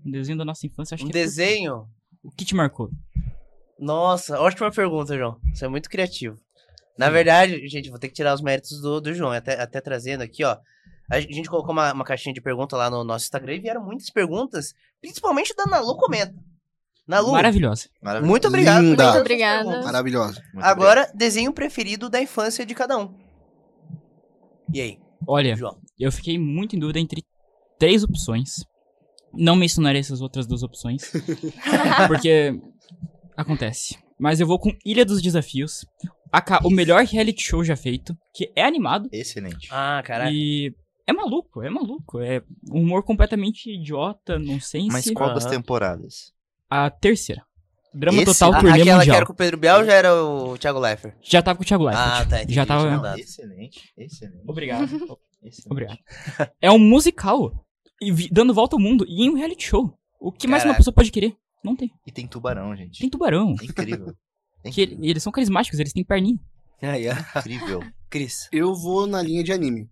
Speaker 2: Um desenho da nossa infância, acho
Speaker 1: Um
Speaker 2: que.
Speaker 1: desenho.
Speaker 2: O que te marcou?
Speaker 1: Nossa, ótima pergunta, João. Você é muito criativo. Na verdade, gente, vou ter que tirar os méritos do, do João, até, até trazendo aqui, ó. A gente colocou uma, uma caixinha de pergunta lá no nosso Instagram e vieram muitas perguntas, principalmente da Nalu Comenta. Nalu,
Speaker 2: Maravilhosa.
Speaker 4: Maravilhoso.
Speaker 1: muito obrigado. por
Speaker 3: Linda.
Speaker 1: todas as
Speaker 5: Obrigada.
Speaker 1: perguntas.
Speaker 3: Maravilhosa.
Speaker 4: Muito
Speaker 1: Agora, desenho preferido da infância de cada um. E aí,
Speaker 2: Olha,
Speaker 1: João?
Speaker 2: eu fiquei muito em dúvida entre três opções. Não mencionarei essas outras duas opções. porque acontece. Mas eu vou com Ilha dos Desafios. a ca- o melhor reality show já feito, que é animado.
Speaker 4: Excelente.
Speaker 1: Ah, caraca.
Speaker 2: E é maluco, é maluco. É um humor completamente idiota, nonsense.
Speaker 4: Mas qual das
Speaker 1: Aham.
Speaker 4: temporadas?
Speaker 2: A terceira. Drama
Speaker 4: Esse-
Speaker 2: Total
Speaker 1: A-
Speaker 2: Turnê
Speaker 1: Ah, aquela que
Speaker 2: Mundial.
Speaker 1: era com o Pedro Biel já era o Thiago Leifert.
Speaker 2: Já tava com o Thiago Leifert.
Speaker 1: Ah, tá. entendi,
Speaker 2: já tava-
Speaker 1: tinha
Speaker 2: Não.
Speaker 1: mudado.
Speaker 4: Excelente, excelente.
Speaker 2: é? Obrigado.
Speaker 4: excelente.
Speaker 2: Obrigado. É um musical. E vi- dando volta ao mundo. E em um reality show. O que mais uma
Speaker 1: Caraca.
Speaker 2: pessoa pode querer? Não tem.
Speaker 4: E tem tubarão, gente.
Speaker 2: Tem tubarão.
Speaker 4: É Incrível. É
Speaker 2: Que ele- eles são carismáticos, eles têm perninha.
Speaker 1: Aí, ó.
Speaker 4: Incrível.
Speaker 1: Cris.
Speaker 3: Eu vou na linha de anime.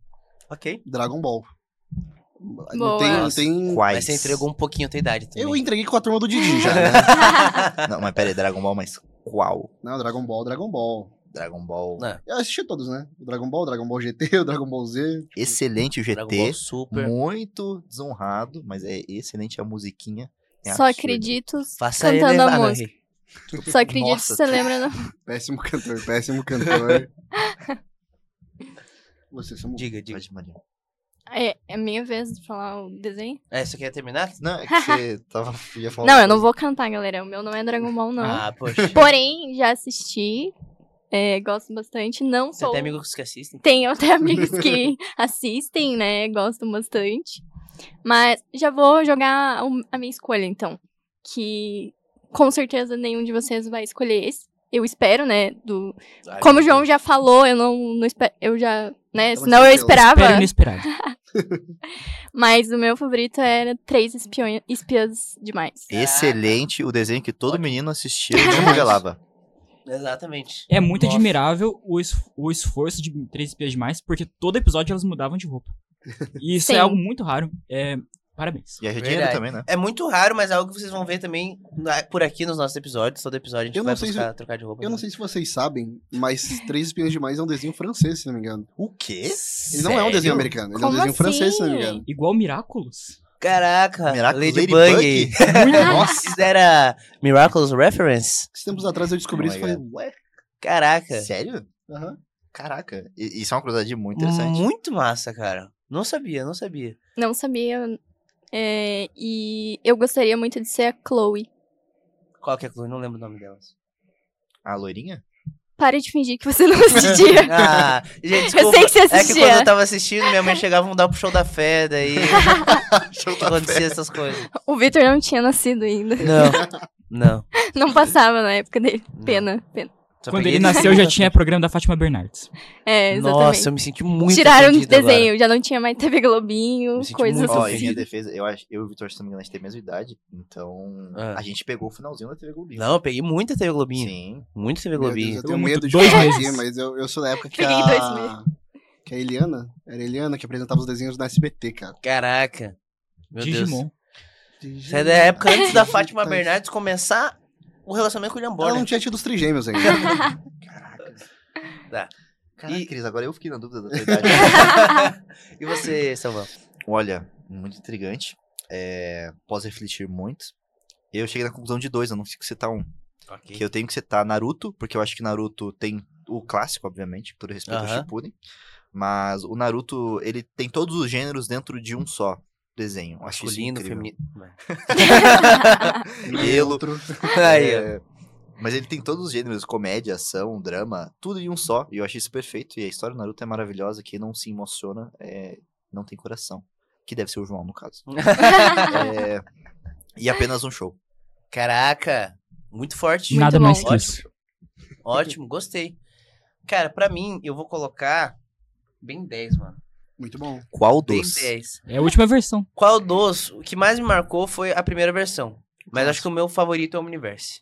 Speaker 1: Ok.
Speaker 3: Dragon Ball.
Speaker 5: Boa.
Speaker 3: Não tem, não tem...
Speaker 4: Quais?
Speaker 1: Mas você entregou um pouquinho a tua idade também.
Speaker 3: Eu entreguei com a turma do Didi já, né?
Speaker 1: um-
Speaker 4: Não, mas pera aí, Dragon Ball, mas qual?
Speaker 3: Não, Dragon Ball, Dragon Ball.
Speaker 4: Dragon Ball.
Speaker 1: Não.
Speaker 3: Eu assisti todos, né? O Dragon Ball, o Dragon Ball GT, o Dragon Ball Z.
Speaker 4: Excelente o
Speaker 1: Dragon Ball
Speaker 4: GT.
Speaker 1: Super.
Speaker 4: Muito desonrado, mas é excelente a musiquinha. é
Speaker 5: Só
Speaker 4: absurda.
Speaker 5: acredito.
Speaker 1: Faça Ah,
Speaker 5: Cantando
Speaker 1: elevar,
Speaker 5: a
Speaker 1: meu
Speaker 5: música.
Speaker 1: rei.
Speaker 5: Só acredito
Speaker 4: Nossa,
Speaker 5: se você
Speaker 4: que-
Speaker 5: lembra. Não.
Speaker 3: Péssimo cantor, péssimo cantor. Você, Samu.
Speaker 1: Diga, diga.
Speaker 4: Pode, Maria.
Speaker 5: É, é minha vez de falar o desenho?
Speaker 1: É, você quer terminar?
Speaker 4: Não, é que você tava. Ia falar
Speaker 5: Não,
Speaker 4: uma
Speaker 5: eu não
Speaker 4: coisa.
Speaker 5: vou cantar, galera. O meu não é Dragon Ball, não.
Speaker 1: Ah, poxa.
Speaker 5: Porém, já assisti. é, gosto bastante. Não
Speaker 1: Você
Speaker 5: sou.
Speaker 1: tem amigos que assistem?
Speaker 5: Tenho até amigos que assistem, né? Gostam bastante. Mas já vou jogar o- a minha escolha, então. que com certeza nenhum de vocês vai escolher esse. Eu espero, né? Do... Como o João já falou, eu não, não espe- eu já, né?
Speaker 3: Ela
Speaker 5: Senão eu
Speaker 3: escolheu.
Speaker 2: Espero
Speaker 5: esperava.
Speaker 2: inesperado.
Speaker 5: Mas o meu favorito era Três Espiões, Espias Demais.
Speaker 4: Excelente, o desenho que todo menino assistia e congelava.
Speaker 1: Exatamente.
Speaker 2: É muito
Speaker 1: Nossa.
Speaker 2: admirável o, es- o esforço de Três Espias Demais, porque todo episódio elas mudavam de roupa. E isso é
Speaker 5: Sim.
Speaker 2: algo muito raro. É, parabéns.
Speaker 4: E a Regina
Speaker 1: Verdade.
Speaker 4: também, né?
Speaker 1: É muito raro, mas é algo que vocês vão ver também na- por aqui nos nossos episódios. Todo episódio a gente
Speaker 3: Eu não
Speaker 1: vai
Speaker 3: sei se-
Speaker 1: buscar trocar de roupa.
Speaker 3: Eu não
Speaker 1: né?
Speaker 3: sei se vocês sabem, mas Três Espiões Demais é um desenho francês, se não me engano.
Speaker 4: O quê?
Speaker 3: Ele não é um desenho americano, ele é um
Speaker 5: Como
Speaker 3: desenho francês,
Speaker 5: assim?
Speaker 3: se não me engano.
Speaker 2: Igual Miraculous.
Speaker 1: Caraca,
Speaker 4: Miraculous
Speaker 1: Ladybug.
Speaker 5: Ah,
Speaker 1: Nossa, isso era Miraculous Reference?
Speaker 3: Esses tempos atrás eu descobri
Speaker 4: Oh
Speaker 3: isso e
Speaker 4: my
Speaker 3: falei, ué?
Speaker 1: Caraca,
Speaker 4: Sério?
Speaker 3: Aham.
Speaker 4: Caraca, e- isso é uma cruzadinha muito interessante.
Speaker 1: muito massa, cara. Não sabia, não sabia.
Speaker 5: Não sabia. é, e eu gostaria muito de ser a Chloe.
Speaker 1: Qual que é a Chloe? Não lembro o nome delas.
Speaker 4: A loirinha?
Speaker 5: Pare de fingir que você não assistia.
Speaker 1: Ah, gente,
Speaker 5: Eu
Speaker 1: desculpa.
Speaker 5: sei que você
Speaker 1: É que quando eu
Speaker 5: assistia.
Speaker 1: tava assistindo, minha mãe chegava a mudar pro show da fé, daí
Speaker 4: Show da
Speaker 1: acontecia essas coisas.
Speaker 5: O Victor não tinha nascido ainda.
Speaker 1: Não, não.
Speaker 5: Não passava na época dele.
Speaker 1: Não.
Speaker 5: Pena, pena.
Speaker 1: Só
Speaker 2: Quando
Speaker 1: peguei
Speaker 2: ele
Speaker 1: esse
Speaker 2: nasceu já
Speaker 1: filme.
Speaker 2: tinha programa da Fátima Bernardes.
Speaker 5: É, exatamente.
Speaker 1: Nossa, eu me senti muito
Speaker 5: Tiraram o
Speaker 1: ofendido agora.
Speaker 5: desenho, já não tinha mais TV Globinho,
Speaker 1: Me senti
Speaker 5: coisas
Speaker 1: muito
Speaker 4: Ó,
Speaker 5: assim.
Speaker 4: em
Speaker 1: ofendido.
Speaker 4: minha defesa, eu, acho- eu e o Vitor, se não me engano, a gente tem a mesma idade. Então,
Speaker 1: Ah.
Speaker 4: a gente pegou o finalzinho da TV Globinho.
Speaker 1: Não, eu peguei muita TV Globinho.
Speaker 4: Sim.
Speaker 1: Muita TV
Speaker 3: Meu Deus,
Speaker 1: Globinho.
Speaker 3: eu tenho
Speaker 2: muito-
Speaker 3: medo de
Speaker 2: dois
Speaker 3: falar isso,
Speaker 2: meses.
Speaker 3: mas eu, eu sou da época que
Speaker 5: Peguei dois
Speaker 3: a...
Speaker 5: meses.
Speaker 3: que a Eliana, era a Eliana que apresentava os desenhos na SBT, cara.
Speaker 1: Caraca. Meu Deus.
Speaker 2: Digimon.
Speaker 1: Isso é da época antes da Fátima Bernardes começar o relacionamento com o William
Speaker 3: Ela não
Speaker 1: Bonner.
Speaker 3: tinha tido os trigêmeos ainda.
Speaker 4: Caraca.
Speaker 1: Tá.
Speaker 4: Caraca,
Speaker 1: E-
Speaker 4: Cris, agora eu fiquei na dúvida da tua idade.
Speaker 1: E você, Salvão?
Speaker 4: Olha, muito intrigante. É, posso refletir muito. Eu cheguei na conclusão de dois, eu não consigo citar um.
Speaker 1: Ok.
Speaker 4: Que eu tenho que citar Naruto, porque eu acho que Naruto tem o clássico, obviamente, com todo respeito ao
Speaker 1: Aham.
Speaker 4: Shippuden. Mas o Naruto, ele tem todos os gêneros dentro de um só desenho. Eu acho isso
Speaker 1: Masculino,
Speaker 4: incrível.
Speaker 1: feminino. né?
Speaker 4: Pelo-
Speaker 3: Outro.
Speaker 1: Aí, ó.
Speaker 4: É, Mas ele tem todos os gêneros, comédia, ação, drama, tudo em um só. E eu achei isso perfeito. E a história do Naruto é maravilhosa. Quem não se emociona é, não tem coração. Que deve ser o João, no caso. É, E apenas um show.
Speaker 1: Caraca, muito forte.
Speaker 2: Nada
Speaker 5: bom.
Speaker 2: mais que
Speaker 1: Ótimo.
Speaker 2: isso.
Speaker 1: Ótimo, gostei. Cara, pra mim, eu vou colocar bem 10, mano.
Speaker 3: Muito bom.
Speaker 4: Qual
Speaker 1: Bem
Speaker 4: dos?
Speaker 1: 10.
Speaker 2: É a última versão.
Speaker 1: Qual dos? O que mais me marcou foi a primeira versão. Mas acho que o meu favorito é o Omniverse.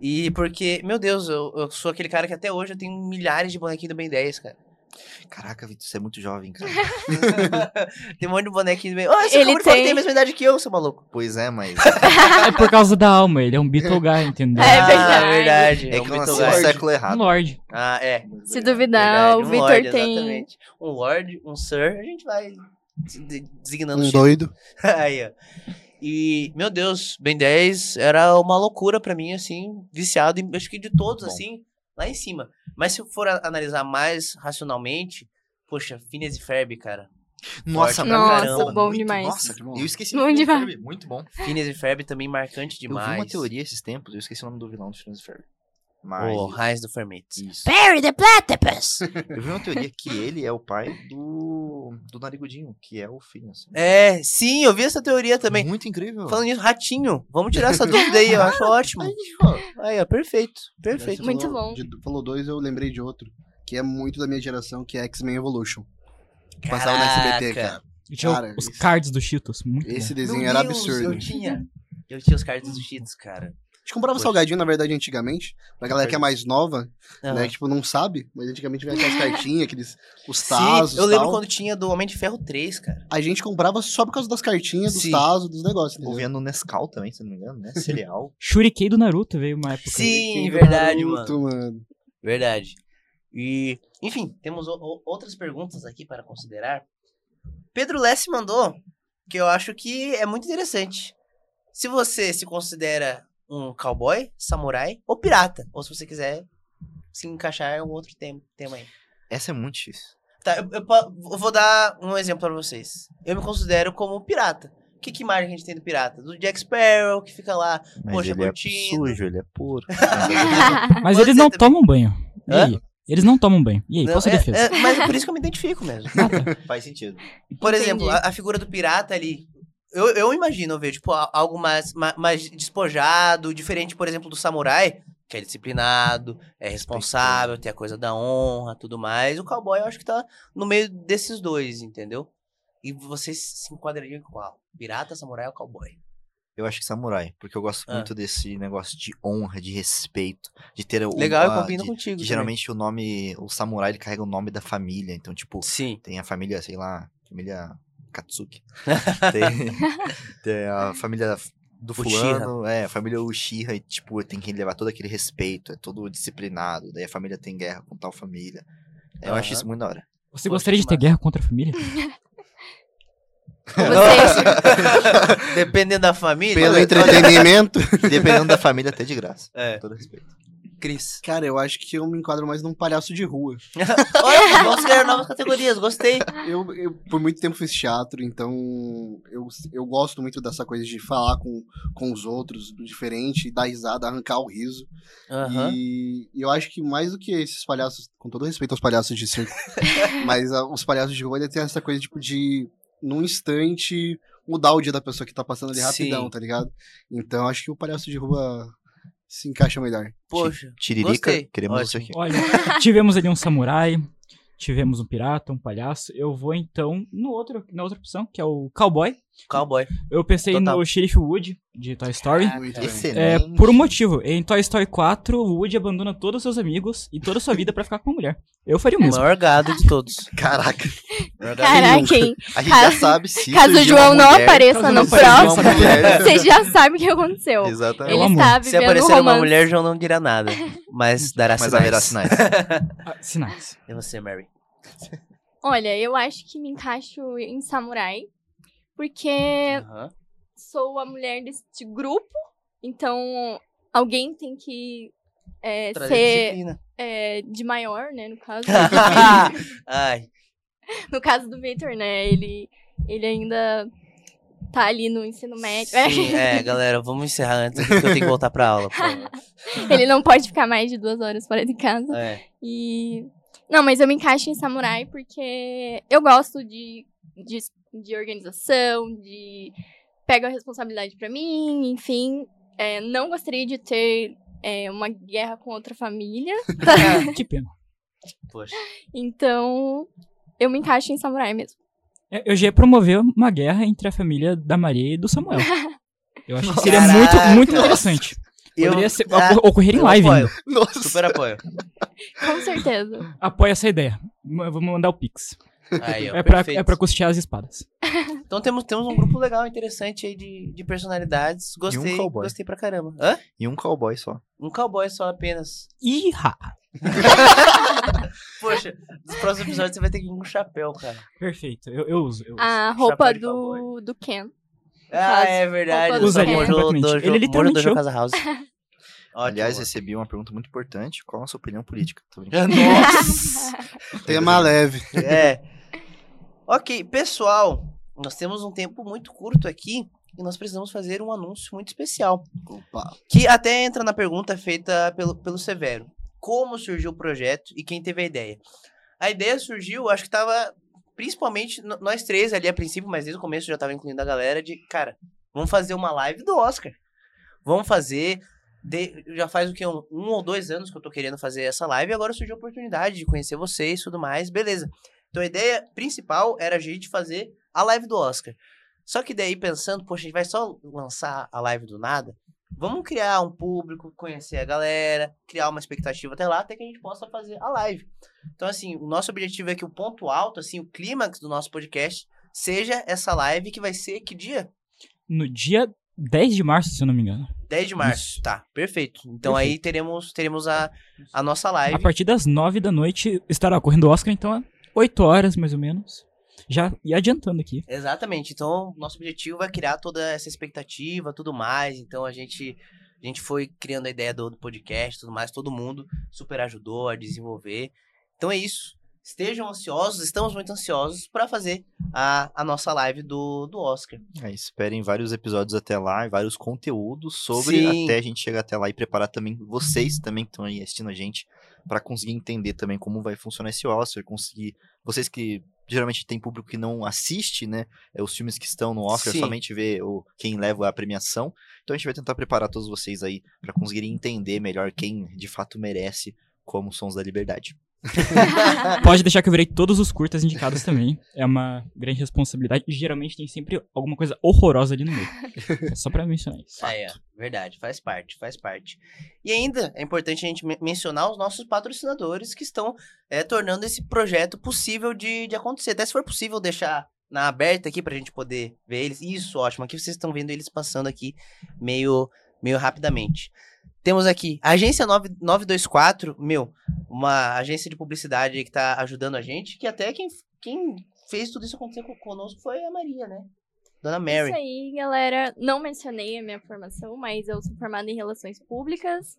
Speaker 1: E porque, meu Deus, eu, eu sou aquele cara que até hoje eu tenho milhares de bonequinhos do Ben 10, cara.
Speaker 4: Caraca, Vitor, você é muito jovem, cara.
Speaker 1: tem um monte de bonequinho do Ben 10. Ah, você
Speaker 5: Ele
Speaker 1: acabou de falar que
Speaker 5: tem-
Speaker 1: tem a mesma idade que eu, seu maluco.
Speaker 4: pois é, mas.
Speaker 2: É por causa da alma, ele é um Beatle guy, entendeu?
Speaker 5: É
Speaker 1: Ah,
Speaker 5: verdade.
Speaker 1: verdade.
Speaker 4: É
Speaker 1: um
Speaker 4: que
Speaker 1: Beetle
Speaker 4: eu nasci
Speaker 1: Guy.
Speaker 4: no
Speaker 3: Lorde.
Speaker 4: século
Speaker 2: Um
Speaker 4: errado.
Speaker 2: Lord.
Speaker 1: Ah, é.
Speaker 5: Se duvidar,
Speaker 1: Verdade,
Speaker 5: o
Speaker 1: um
Speaker 5: Victor
Speaker 1: Lorde,
Speaker 5: tem.
Speaker 1: Exatamente. Um Lord, um Sir, a gente vai se de- designando
Speaker 3: Um
Speaker 1: o
Speaker 3: doido.
Speaker 1: Aí, ó. E, meu Deus, Ben 10 era uma loucura pra mim, assim, viciado. em- Acho que de todos,
Speaker 4: Bom.
Speaker 1: assim, lá em cima. Mas se eu for a- analisar mais racionalmente, poxa, Phineas e Ferb, cara.
Speaker 4: Nossa,
Speaker 1: Forte
Speaker 4: pra
Speaker 1: pra
Speaker 4: caramba,
Speaker 1: caramba.
Speaker 5: bom
Speaker 4: muito-
Speaker 5: demais.
Speaker 4: Nossa, eu esqueci
Speaker 5: Bom
Speaker 4: do filme,
Speaker 5: demais.
Speaker 4: Muito bom.
Speaker 1: Phineas e Ferb também marcante demais.
Speaker 4: Eu vi uma teoria esses tempos, eu esqueci o nome do vilão do Phineas e Ferb. Mas.
Speaker 1: O Raiz do Fermento.
Speaker 4: Isso.
Speaker 5: Barry the Platypus!
Speaker 4: Eu vi uma teoria que ele é o pai do, do Narigudinho, que é o Phineas.
Speaker 1: É, sim, eu vi essa teoria também.
Speaker 4: Muito
Speaker 3: Uhum.
Speaker 4: incrível.
Speaker 1: Falando nisso, ratinho. Vamos tirar essa dúvida aí, eu acho ótimo. Aí, ó, perfeito, perfeito.
Speaker 5: Muito bom.
Speaker 3: de- falou dois, eu lembrei de outro. Que é muito da minha geração, que é X-Men Evolution.
Speaker 1: Caraca.
Speaker 3: Passava no SBT, cara.
Speaker 2: Tinha
Speaker 3: Cara,
Speaker 2: os
Speaker 3: isso-
Speaker 2: cards do Cheetos. Muito
Speaker 3: Esse
Speaker 2: bom.
Speaker 3: desenho
Speaker 1: Meu
Speaker 3: era
Speaker 1: Deus,
Speaker 3: absurdo.
Speaker 1: Eu tinha. Eu tinha os cards dos Cheetos, cara.
Speaker 3: A gente comprava
Speaker 1: Poxa.
Speaker 3: salgadinho, na verdade, antigamente. Pra galera que é mais nova, né?
Speaker 1: Aham.
Speaker 3: Que, tipo, não sabe. Mas antigamente vinha aquelas cartinhas, aqueles... Os
Speaker 1: Sim,
Speaker 3: tazos
Speaker 1: eu lembro
Speaker 3: tal.
Speaker 1: quando tinha do Homem de Ferro 3, cara.
Speaker 3: A gente comprava só por causa das cartinhas, dos
Speaker 1: Sim.
Speaker 3: tazos, dos negócios,
Speaker 4: Eu
Speaker 3: entendeu?
Speaker 4: via no Nescau também, se não me engano, né? Cereal.
Speaker 2: Shuriken do Naruto veio uma época.
Speaker 1: Sim,
Speaker 3: Sim,
Speaker 1: verdade, mano.
Speaker 3: Naruto, mano.
Speaker 1: Verdade. E, enfim, temos o- o- outras perguntas aqui para considerar. Pedro Lesse mandou, que eu acho que é muito interessante. Se você se considera um cowboy, samurai ou pirata, ou se você quiser se encaixar em um outro tem- tema aí.
Speaker 4: Essa é muito difícil.
Speaker 1: Tá, eu, eu po- eu vou dar um exemplo pra vocês. Eu me considero como pirata. Que, que imagem a gente tem do pirata? Do Jack Sparrow, que fica lá.
Speaker 4: Mas
Speaker 1: Poxa,
Speaker 4: ele é
Speaker 1: curtindo.
Speaker 4: sujo, ele é puro.
Speaker 2: Mas
Speaker 1: Você
Speaker 2: eles não
Speaker 1: também.
Speaker 2: tomam banho. E
Speaker 1: Hã?
Speaker 2: aí? Eles não tomam banho. E aí,
Speaker 1: Não,
Speaker 2: qual a sua
Speaker 1: é-
Speaker 2: defesa?
Speaker 1: é- mas é por isso que eu me identifico mesmo.
Speaker 4: Faz sentido.
Speaker 1: Por exemplo, a, a figura do pirata ali. Eu, eu imagino ver, tipo, a- algo mais, ma- mais despojado, diferente, por exemplo, do samurai, que é disciplinado, é responsável, tem a coisa da honra, tudo mais. O cowboy eu acho que tá no meio desses dois, entendeu? E vocês se enquadrariam em qual? Pirata, samurai ou cowboy?
Speaker 4: Eu acho que samurai, porque eu gosto
Speaker 1: Ah.
Speaker 4: muito desse negócio de honra, de respeito, de ter o.
Speaker 1: Legal,
Speaker 4: a-
Speaker 1: eu combino
Speaker 4: de-
Speaker 1: contigo.
Speaker 4: que
Speaker 1: também.
Speaker 4: geralmente o nome, o samurai, ele carrega o nome da família. Então, tipo,
Speaker 1: Sim.
Speaker 4: tem a família, sei lá, família Katsuki. tem, tem a família do
Speaker 1: Uchiha.
Speaker 4: fulano, é, a família Uchiha, e, tipo, tem que levar todo aquele respeito, é todo disciplinado. Daí a família tem guerra com tal família. É, Eu acho
Speaker 1: Aham.
Speaker 4: isso muito da hora.
Speaker 2: Você
Speaker 1: Poxa,
Speaker 2: gostaria de ter
Speaker 1: mas-
Speaker 2: guerra contra a família?
Speaker 5: Você,
Speaker 1: Dependendo da família.
Speaker 3: Pelo
Speaker 1: olha-
Speaker 3: entretenimento.
Speaker 4: Dependendo da família, até de graça.
Speaker 1: É.
Speaker 4: Com todo respeito.
Speaker 1: Cris.
Speaker 3: Cara, eu acho que eu me enquadro mais num palhaço de rua.
Speaker 1: Olha, vamos criar novas categorias, gostei.
Speaker 3: Eu, eu, por muito tempo fiz teatro, então eu, eu gosto muito dessa coisa de falar com, com os outros, do diferente, dar risada, arrancar o riso.
Speaker 1: Aham.
Speaker 3: E eu acho que mais do que esses palhaços, com todo respeito aos palhaços de circo, mas ah, os palhaços de rua, ele tem essa coisa, tipo, de, num instante, mudar o dia da pessoa que tá passando ali rapidão,
Speaker 1: Sim.
Speaker 3: tá ligado? Então acho que o palhaço de rua se encaixa melhor.
Speaker 1: Poxa.
Speaker 4: Tiririca,
Speaker 1: Gostei.
Speaker 4: queremos você
Speaker 1: Ótimo.
Speaker 4: aqui.
Speaker 2: Olha, tivemos ali um samurai, tivemos um pirata, um palhaço. Eu vou então no outro, na outra opção, que é o cowboy.
Speaker 1: Cowboy.
Speaker 2: Eu pensei
Speaker 1: Total. Ah,
Speaker 2: no Sheriff Wood, de Toy Story.
Speaker 3: Muito bem.
Speaker 4: Excelente.
Speaker 2: É, por um motivo. Em Toy Story 4, o Woody abandona todos os seus amigos e toda a sua vida pra ficar com uma mulher. Eu faria o
Speaker 1: O
Speaker 2: mesmo.
Speaker 1: maior gado de todos.
Speaker 4: Caraca,
Speaker 5: caraca, hein?
Speaker 4: a gente já
Speaker 5: Caso-
Speaker 4: sabe se
Speaker 5: Caso o
Speaker 4: surgir uma
Speaker 5: João não
Speaker 4: mulher-
Speaker 5: apareça
Speaker 2: caso
Speaker 5: no
Speaker 2: não apareça uma
Speaker 5: próximo,
Speaker 4: mulher.
Speaker 5: você já sabe o que aconteceu.
Speaker 4: Exatamente.
Speaker 5: Ele
Speaker 2: Ela- amor.
Speaker 5: está
Speaker 1: Se
Speaker 5: vivendo um
Speaker 1: aparecer uma
Speaker 5: romance.
Speaker 1: mulher, João não dirá nada. Mas dará
Speaker 4: Mas
Speaker 1: sinais.
Speaker 4: haverá sinais.
Speaker 2: Ah, sinais.
Speaker 1: E você, Mary?
Speaker 5: Olha, eu acho que me encaixo em samurai, porque
Speaker 1: Aham.
Speaker 5: sou a mulher deste grupo, então alguém tem que é,
Speaker 1: Trazer
Speaker 5: ser
Speaker 1: disciplina.
Speaker 5: é, de maior, né, no caso.
Speaker 1: Ai,
Speaker 5: no caso do Victor, né, ele, ele ainda tá ali no ensino médio.
Speaker 1: sim, é, galera, vamos encerrar antes aqui, que eu tenho que voltar pra aula. por favor.
Speaker 5: ele não pode ficar mais de duas horas fora de casa.
Speaker 1: É.
Speaker 5: E. Não, mas eu me encaixo em samurai porque eu gosto de, de, de organização, de. Pego a responsabilidade pra mim, enfim. É, não gostaria de ter é, uma guerra com outra família.
Speaker 2: Que pena.
Speaker 1: É. Poxa.
Speaker 5: Então, eu me encaixo em samurai mesmo.
Speaker 2: É, Eu- Eu já ia promover uma guerra entre a família da Maria e do Samuel. Eu acho que seria
Speaker 1: Caraca.
Speaker 2: muito, muito
Speaker 1: Nossa.
Speaker 2: interessante. Poderia ser-
Speaker 1: ah,
Speaker 2: ocor- ocorrer em
Speaker 1: eu
Speaker 2: live.
Speaker 1: apoio,
Speaker 2: ainda.
Speaker 4: Nossa.
Speaker 1: Super apoio.
Speaker 5: Com certeza.
Speaker 2: Apoio essa ideia. Ma- Vamos mandar o Pix.
Speaker 1: Aí, ó,
Speaker 2: É pra,
Speaker 1: perfeito.
Speaker 2: é pra custear as espadas.
Speaker 1: Então temos, temos um grupo legal, interessante aí de, de personalidades.
Speaker 2: um
Speaker 1: Gostei,
Speaker 4: cowboy.
Speaker 1: gostei pra caramba. Hã?
Speaker 4: E um cowboy só.
Speaker 1: Um cowboy só apenas.
Speaker 2: Ira!
Speaker 1: Poxa, nos próximos episódios você vai ter que ir com um chapéu, cara.
Speaker 2: Perfeito, eu, eu uso. Eu uso.
Speaker 5: A roupa
Speaker 1: de cowboy.
Speaker 5: do, do Ken.
Speaker 1: Ah, é verdade.
Speaker 5: Opa,
Speaker 1: eu sou
Speaker 2: Usaria
Speaker 1: Mojo
Speaker 2: completamente.
Speaker 1: Dojo-
Speaker 2: Ele literalmente
Speaker 1: Mojo Dojo
Speaker 2: eu.
Speaker 1: Casa House.
Speaker 4: Aliás,
Speaker 1: Ótimo.
Speaker 4: recebi uma pergunta muito importante. Qual a sua opinião política? Tô
Speaker 1: É
Speaker 4: brincando.
Speaker 1: Nossa!
Speaker 3: Tema leve.
Speaker 1: é. Ok, pessoal, nós temos um tempo muito curto aqui e nós precisamos fazer um anúncio muito especial.
Speaker 3: Opa.
Speaker 1: Que até entra na pergunta feita pelo, pelo Severo. Como surgiu o projeto e quem teve a ideia? A ideia surgiu, acho que tava principalmente no- nós três ali a princípio, mas desde o começo já tava incluindo a galera de, cara, vamos fazer uma live do Oscar. Vamos fazer. de- já faz o que? Um, um ou dois anos que eu tô querendo fazer essa live e agora surgiu a oportunidade de conhecer vocês e tudo mais, beleza. Então a ideia principal era a gente fazer a live do Oscar. Só que daí pensando, poxa, a gente vai só lançar a live do nada. Vamos criar um público, conhecer a galera, criar uma expectativa até lá, até que a gente possa fazer a live. Então, assim, o nosso objetivo é que o ponto alto, assim, o clímax do nosso podcast seja essa live que vai ser que dia?
Speaker 2: No dia 10 de março, se eu não me engano.
Speaker 1: 10 de março.
Speaker 2: Isso.
Speaker 1: Tá, perfeito. Então aí teremos, teremos a, a nossa
Speaker 2: A
Speaker 1: live.
Speaker 2: partir das 9 da noite estará ocorrendo o Oscar, então é 8 horas mais ou menos. Já e adiantando aqui.
Speaker 1: Exatamente. Então, nosso objetivo é criar toda essa expectativa, tudo mais. Então a gente a gente foi criando a ideia do, do podcast, tudo mais, todo mundo super ajudou a desenvolver. Então é isso. Estejam ansiosos, estamos muito ansiosos para fazer a, a nossa live do, do Oscar.
Speaker 4: É, esperem vários episódios até lá, e vários conteúdos sobre
Speaker 1: Sim.
Speaker 4: até a gente chegar até lá e preparar também vocês também que estão aí assistindo a gente pra conseguir entender também como vai funcionar esse Oscar, conseguir vocês que geralmente tem público que não assiste, né? é, Os filmes que estão no Oscar,
Speaker 1: Sim.
Speaker 4: somente vê o, quem leva a premiação. Então a gente vai tentar preparar todos vocês aí para conseguirem entender melhor quem de fato merece como Sons da Liberdade.
Speaker 2: Pode deixar que eu virei todos os curtas indicados também. É uma grande responsabilidade. E geralmente tem sempre alguma coisa horrorosa ali no meio. É só pra mencionar isso.
Speaker 1: Aí, ó, É, verdade, faz parte, faz parte. E ainda é importante a gente men- mencionar os nossos patrocinadores que estão é, tornando esse projeto possível de, de acontecer. Até se for possível deixar na aberta aqui pra gente poder ver eles. Isso, ótimo. Aqui vocês estão vendo eles passando aqui meio, meio rapidamente. Temos aqui a Agência 9, 924, meu, uma agência de publicidade aí que tá ajudando a gente, que até quem, quem fez tudo isso acontecer co- conosco foi a Maria, né? Dona Mary.
Speaker 5: Isso aí, galera. Não mencionei a minha formação, mas eu sou formada em Relações Públicas.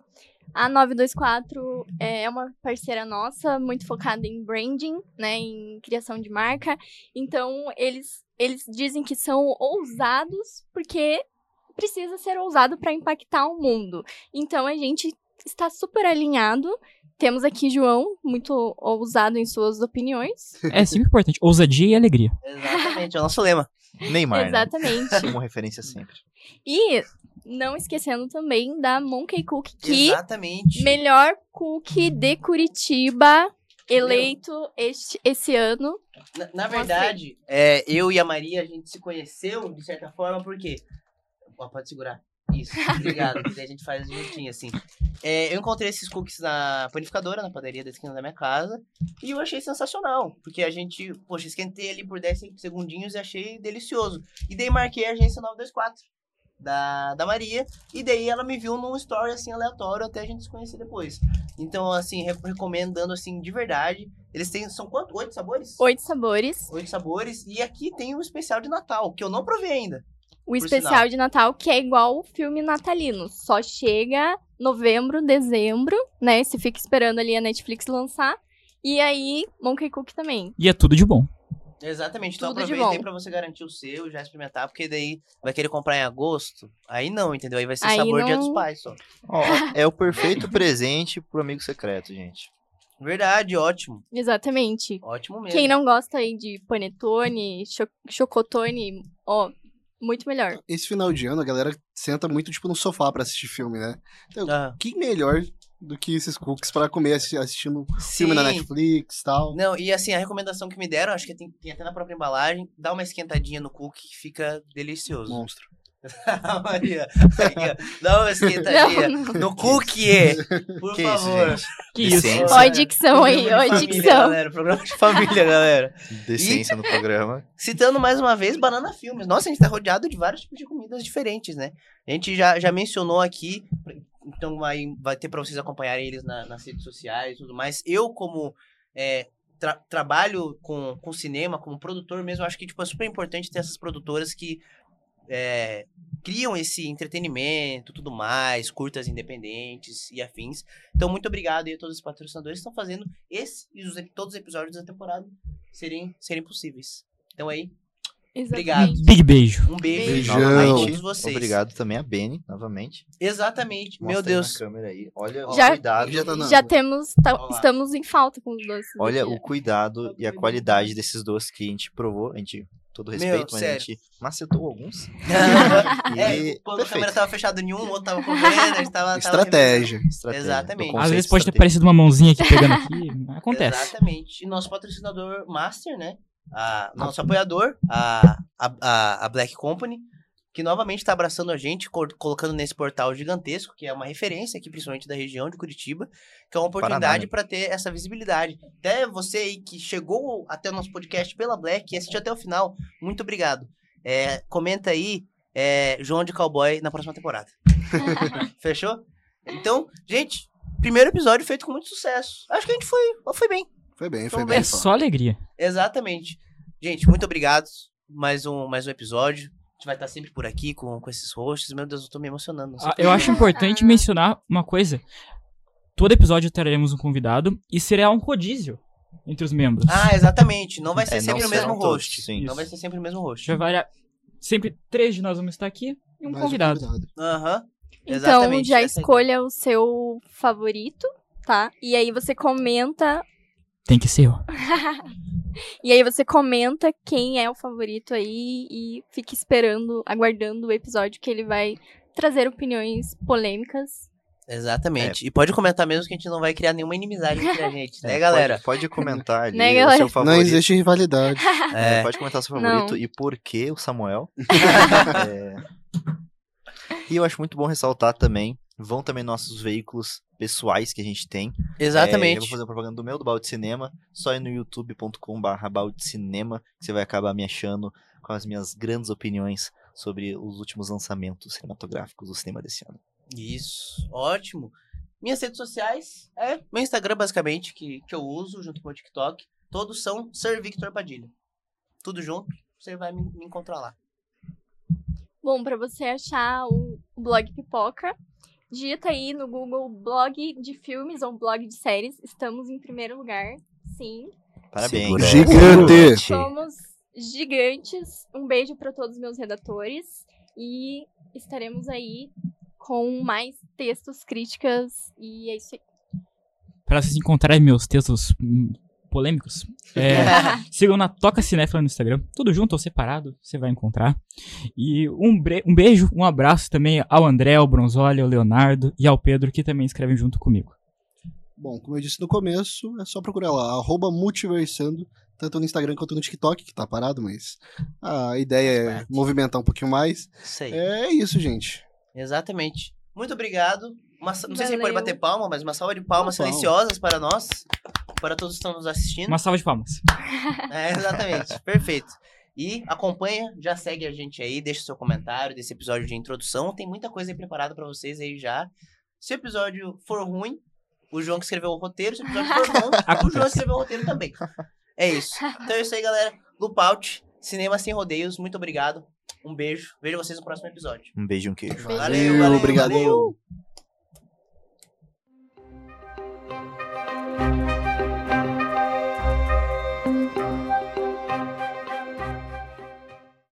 Speaker 5: A 924 é uma parceira nossa, muito focada em branding, né, em criação de marca. Então, eles, eles dizem que são ousados porque precisa ser ousado para impactar o mundo. Então, a gente está super alinhado. Temos aqui João, muito ousado em suas opiniões.
Speaker 2: É sempre importante. Ousadia e alegria.
Speaker 1: Exatamente, é o nosso lema.
Speaker 4: Neymar, né?
Speaker 5: Exatamente.
Speaker 4: Como referência sempre.
Speaker 5: E não esquecendo também da Monkey Cook, que
Speaker 1: Exatamente.
Speaker 5: melhor cookie de Curitiba, eleito este, esse ano.
Speaker 1: Na, na
Speaker 5: Você.
Speaker 1: verdade, é, eu e a Maria, a gente se conheceu, de certa forma, porque... Ó, pode segurar. Isso, obrigado. que daí a gente faz juntinho, assim. É, eu encontrei esses cookies na panificadora, na padaria da esquina da minha casa, e eu achei sensacional, porque a gente, poxa, esquentei ali por 10 segundinhos e achei delicioso. E daí marquei a agência 924 da, da Maria, e daí ela me viu num story, assim, aleatório, até a gente se conhecer depois. Então, assim, re- recomendando, assim, de verdade. Eles têm, são quanto? Oito sabores?
Speaker 5: Oito sabores.
Speaker 1: Oito sabores. E aqui tem um especial de Natal, que eu não provei ainda.
Speaker 5: O especial
Speaker 1: sinal.
Speaker 5: de Natal, que é igual o filme natalino. Só chega novembro, dezembro, né? Se fica esperando ali a Netflix lançar. E aí, Monkey Cook também.
Speaker 2: E é tudo de bom.
Speaker 1: Exatamente. Então
Speaker 5: Tudo de
Speaker 1: aproveita aí
Speaker 5: bom.
Speaker 1: pra você garantir o seu e já experimentar, porque daí vai querer comprar em agosto. Aí não, entendeu? Aí vai ser
Speaker 5: Aí
Speaker 1: sabor Dia
Speaker 5: não-
Speaker 1: dos Pais só.
Speaker 4: Ó, é o perfeito presente pro amigo secreto, gente.
Speaker 1: Verdade, ótimo.
Speaker 5: Exatamente.
Speaker 1: Ótimo mesmo.
Speaker 5: Quem não gosta aí de panetone, cho- chocotone, ó, muito melhor.
Speaker 3: Esse final de ano, a galera senta muito, tipo, no sofá pra assistir filme, né?
Speaker 1: Ah,
Speaker 3: Que melhor do que esses cookies pra comer assi- assistindo filme na
Speaker 1: sim.
Speaker 3: Netflix e tal.
Speaker 1: Não, e assim, a recomendação que me deram, acho que tem, tem até na própria embalagem, dá uma esquentadinha no cookie que fica delicioso.
Speaker 3: Monstro.
Speaker 1: Maria, aí, ó, dá uma esquentadinha
Speaker 5: Não,
Speaker 1: no cookie, por
Speaker 4: Que isso,
Speaker 1: favor.
Speaker 4: gente?
Speaker 2: Que
Speaker 4: isso.
Speaker 2: isso.
Speaker 5: Ó, a
Speaker 1: é
Speaker 5: dicção aí, ó,
Speaker 1: Programa
Speaker 5: a
Speaker 1: de família, né?
Speaker 5: dicção.
Speaker 1: galera, programa de família, galera.
Speaker 4: Decência no programa.
Speaker 1: Citando mais uma vez Banana Filmes. Nossa, a gente tá rodeado de vários tipos de comidas diferentes, né? A gente já, já mencionou aqui, então vai, vai ter pra vocês acompanharem eles na- nas redes sociais e tudo mais. Eu, como é, tra- trabalho com, com cinema, como produtor mesmo, acho que tipo, é super importante ter essas produtoras que é, criam esse entretenimento, tudo mais, curtas independentes e afins. Então, muito obrigado aí a todos os patrocinadores que estão fazendo esse e os, ep- todos os episódios da temporada serem, serem possíveis. Então aí, Obrigado.
Speaker 5: Exatamente.
Speaker 2: Big beijo.
Speaker 1: um beijo,
Speaker 3: Beijão.
Speaker 1: novamente a
Speaker 4: Novamente,
Speaker 1: todos vocês.
Speaker 4: Obrigado também a Benny, novamente.
Speaker 1: Exatamente. Meu
Speaker 4: Mostra aí
Speaker 1: Deus.
Speaker 4: na câmera aí. Olha o
Speaker 5: Já-
Speaker 4: cuidado.
Speaker 3: Já tá na-
Speaker 5: Já temos, tá-
Speaker 1: Olá.
Speaker 5: estamos em falta com os doces.
Speaker 4: Olha
Speaker 5: aqui. Então,
Speaker 4: o cuidado e a qualidade desses doces que a gente provou. A gente, todo respeito, mas
Speaker 1: sério.
Speaker 4: a gente macetou alguns.
Speaker 1: É,
Speaker 4: E
Speaker 1: quando a
Speaker 4: perfeito.
Speaker 1: câmera tava fechada em um, o outro tava comendo, a gente tava.
Speaker 3: Estratégia.
Speaker 4: Estratégia,
Speaker 1: Exatamente. Às
Speaker 4: do
Speaker 2: Às
Speaker 4: conceito
Speaker 2: vezes pode ter
Speaker 4: estratégico.
Speaker 2: parecido uma mãozinha aqui pegando aqui. mas
Speaker 1: Tava...
Speaker 2: Acontece.
Speaker 1: Exatamente. E nosso patrocinador master, né? A, nosso apoiador, a, a, a- a Black Company, que novamente tá abraçando a gente, co- colocando nesse portal gigantesco, que é uma referência aqui, principalmente da região de Curitiba, que é uma oportunidade
Speaker 4: Paraná, né?
Speaker 1: para ter essa visibilidade. Até você aí que chegou até o nosso podcast pela Black e assistiu até o final, muito obrigado. É, comenta aí, é, João de Cowboy na próxima temporada. Fechou? Então, gente, primeiro episódio feito com muito sucesso. Acho que a gente foi, foi bem.
Speaker 3: Foi bem,
Speaker 1: Então,
Speaker 3: foi bem.
Speaker 2: É
Speaker 1: bem.
Speaker 2: só alegria.
Speaker 1: Exatamente. Gente, muito obrigado. Mais um, mais um episódio. A gente vai estar sempre por aqui com, com esses hosts. Meu Deus, eu tô me emocionando. não sei
Speaker 2: Ah,
Speaker 1: por
Speaker 2: Eu
Speaker 1: quê.
Speaker 2: acho importante mencionar uma coisa. Todo episódio teremos um convidado e será um rodízio entre os membros.
Speaker 1: Ah, exatamente. Não vai ser
Speaker 4: É, não
Speaker 1: sempre o
Speaker 4: serão
Speaker 1: mesmo
Speaker 4: todos,
Speaker 1: host.
Speaker 4: sim.
Speaker 1: Não
Speaker 2: Isso.
Speaker 1: vai ser sempre o mesmo host.
Speaker 2: Já vai... Sempre três de nós vamos estar aqui e um
Speaker 3: Mais
Speaker 2: convidado.
Speaker 1: Aham.
Speaker 5: Então
Speaker 1: Exatamente,
Speaker 5: já
Speaker 1: essa é a
Speaker 5: escolha o seu favorito, tá? E aí você comenta.
Speaker 2: Tem que ser. ó.
Speaker 5: E aí você comenta quem é o favorito aí e fica esperando, aguardando o episódio que ele vai trazer opiniões polêmicas.
Speaker 1: Exatamente. E pode comentar mesmo que a gente não vai criar nenhuma inimizade entre a gente,
Speaker 4: É,
Speaker 1: né, galera?
Speaker 4: Pode, pode comentar ali
Speaker 5: Né,
Speaker 4: o
Speaker 5: galera?
Speaker 4: seu favorito.
Speaker 3: Não existe rivalidade.
Speaker 4: É,
Speaker 1: É.
Speaker 4: Pode comentar o seu favorito
Speaker 5: Não.
Speaker 4: e por que o Samuel. É. E eu acho muito bom ressaltar também, vão também nossos veículos pessoais que a gente tem. É, eu vou
Speaker 1: Exatamente.
Speaker 4: fazer a propaganda do meu, do Balde Cinema. Só ir no youtube.com.br Balde Cinema, que você vai acabar me achando com as minhas grandes opiniões sobre os últimos lançamentos cinematográficos do cinema desse ano.
Speaker 1: Isso, ótimo. Minhas redes sociais é meu Instagram, basicamente, que, que eu uso junto com o TikTok. Todos são Sir Victor Padilha. Tudo junto, você vai me, me encontrar lá.
Speaker 5: Bom, pra você achar o blog Pipoca, digita aí no Google blog de filmes ou blog de séries. Estamos em primeiro lugar, sim.
Speaker 4: Parabéns.
Speaker 6: Segura
Speaker 3: Gigante.
Speaker 6: essa.
Speaker 5: Somos gigantes. Um beijo para todos os meus redatores e estaremos aí com mais textos, críticas e é isso aí.
Speaker 2: Pra vocês encontrarem meus textos hum, polêmicos, é, sigam na Toca Cinéfila no Instagram. Tudo junto ou separado, você vai encontrar. E um, bre- um beijo, um abraço também ao André, ao Bronzoli, ao Leonardo e ao Pedro, que também escrevem junto comigo.
Speaker 3: Bom, como eu disse no começo, é só procurar lá, arroba multiversando, tanto no Instagram quanto no TikTok, que tá parado, mas a ideia é movimentar um pouquinho mais.
Speaker 1: Isso aí.
Speaker 3: É isso, gente.
Speaker 1: Exatamente. Muito obrigado. Uma sa- não sei se a gente pode
Speaker 5: Valeu.
Speaker 1: bater palma, mas uma salva de palmas
Speaker 3: Uma palma.
Speaker 1: silenciosas para nós. Para todos que estão nos assistindo.
Speaker 2: Uma salva de palmas.
Speaker 1: É, exatamente. Perfeito. E acompanha, já segue a gente aí, deixa seu comentário desse episódio de introdução. Tem muita coisa aí preparada pra vocês aí já. Se o episódio for ruim, o João que escreveu o roteiro. Se o episódio for bom, o João
Speaker 2: Acontece.
Speaker 1: escreveu o roteiro também. É isso. Então é isso aí, galera. Loop Out, Cinema Sem Rodeios. Muito obrigado. Um beijo. Vejo vocês no próximo episódio.
Speaker 4: Um beijo e um queijo.
Speaker 1: Valeu, valeu,
Speaker 3: obrigado.
Speaker 1: valeu.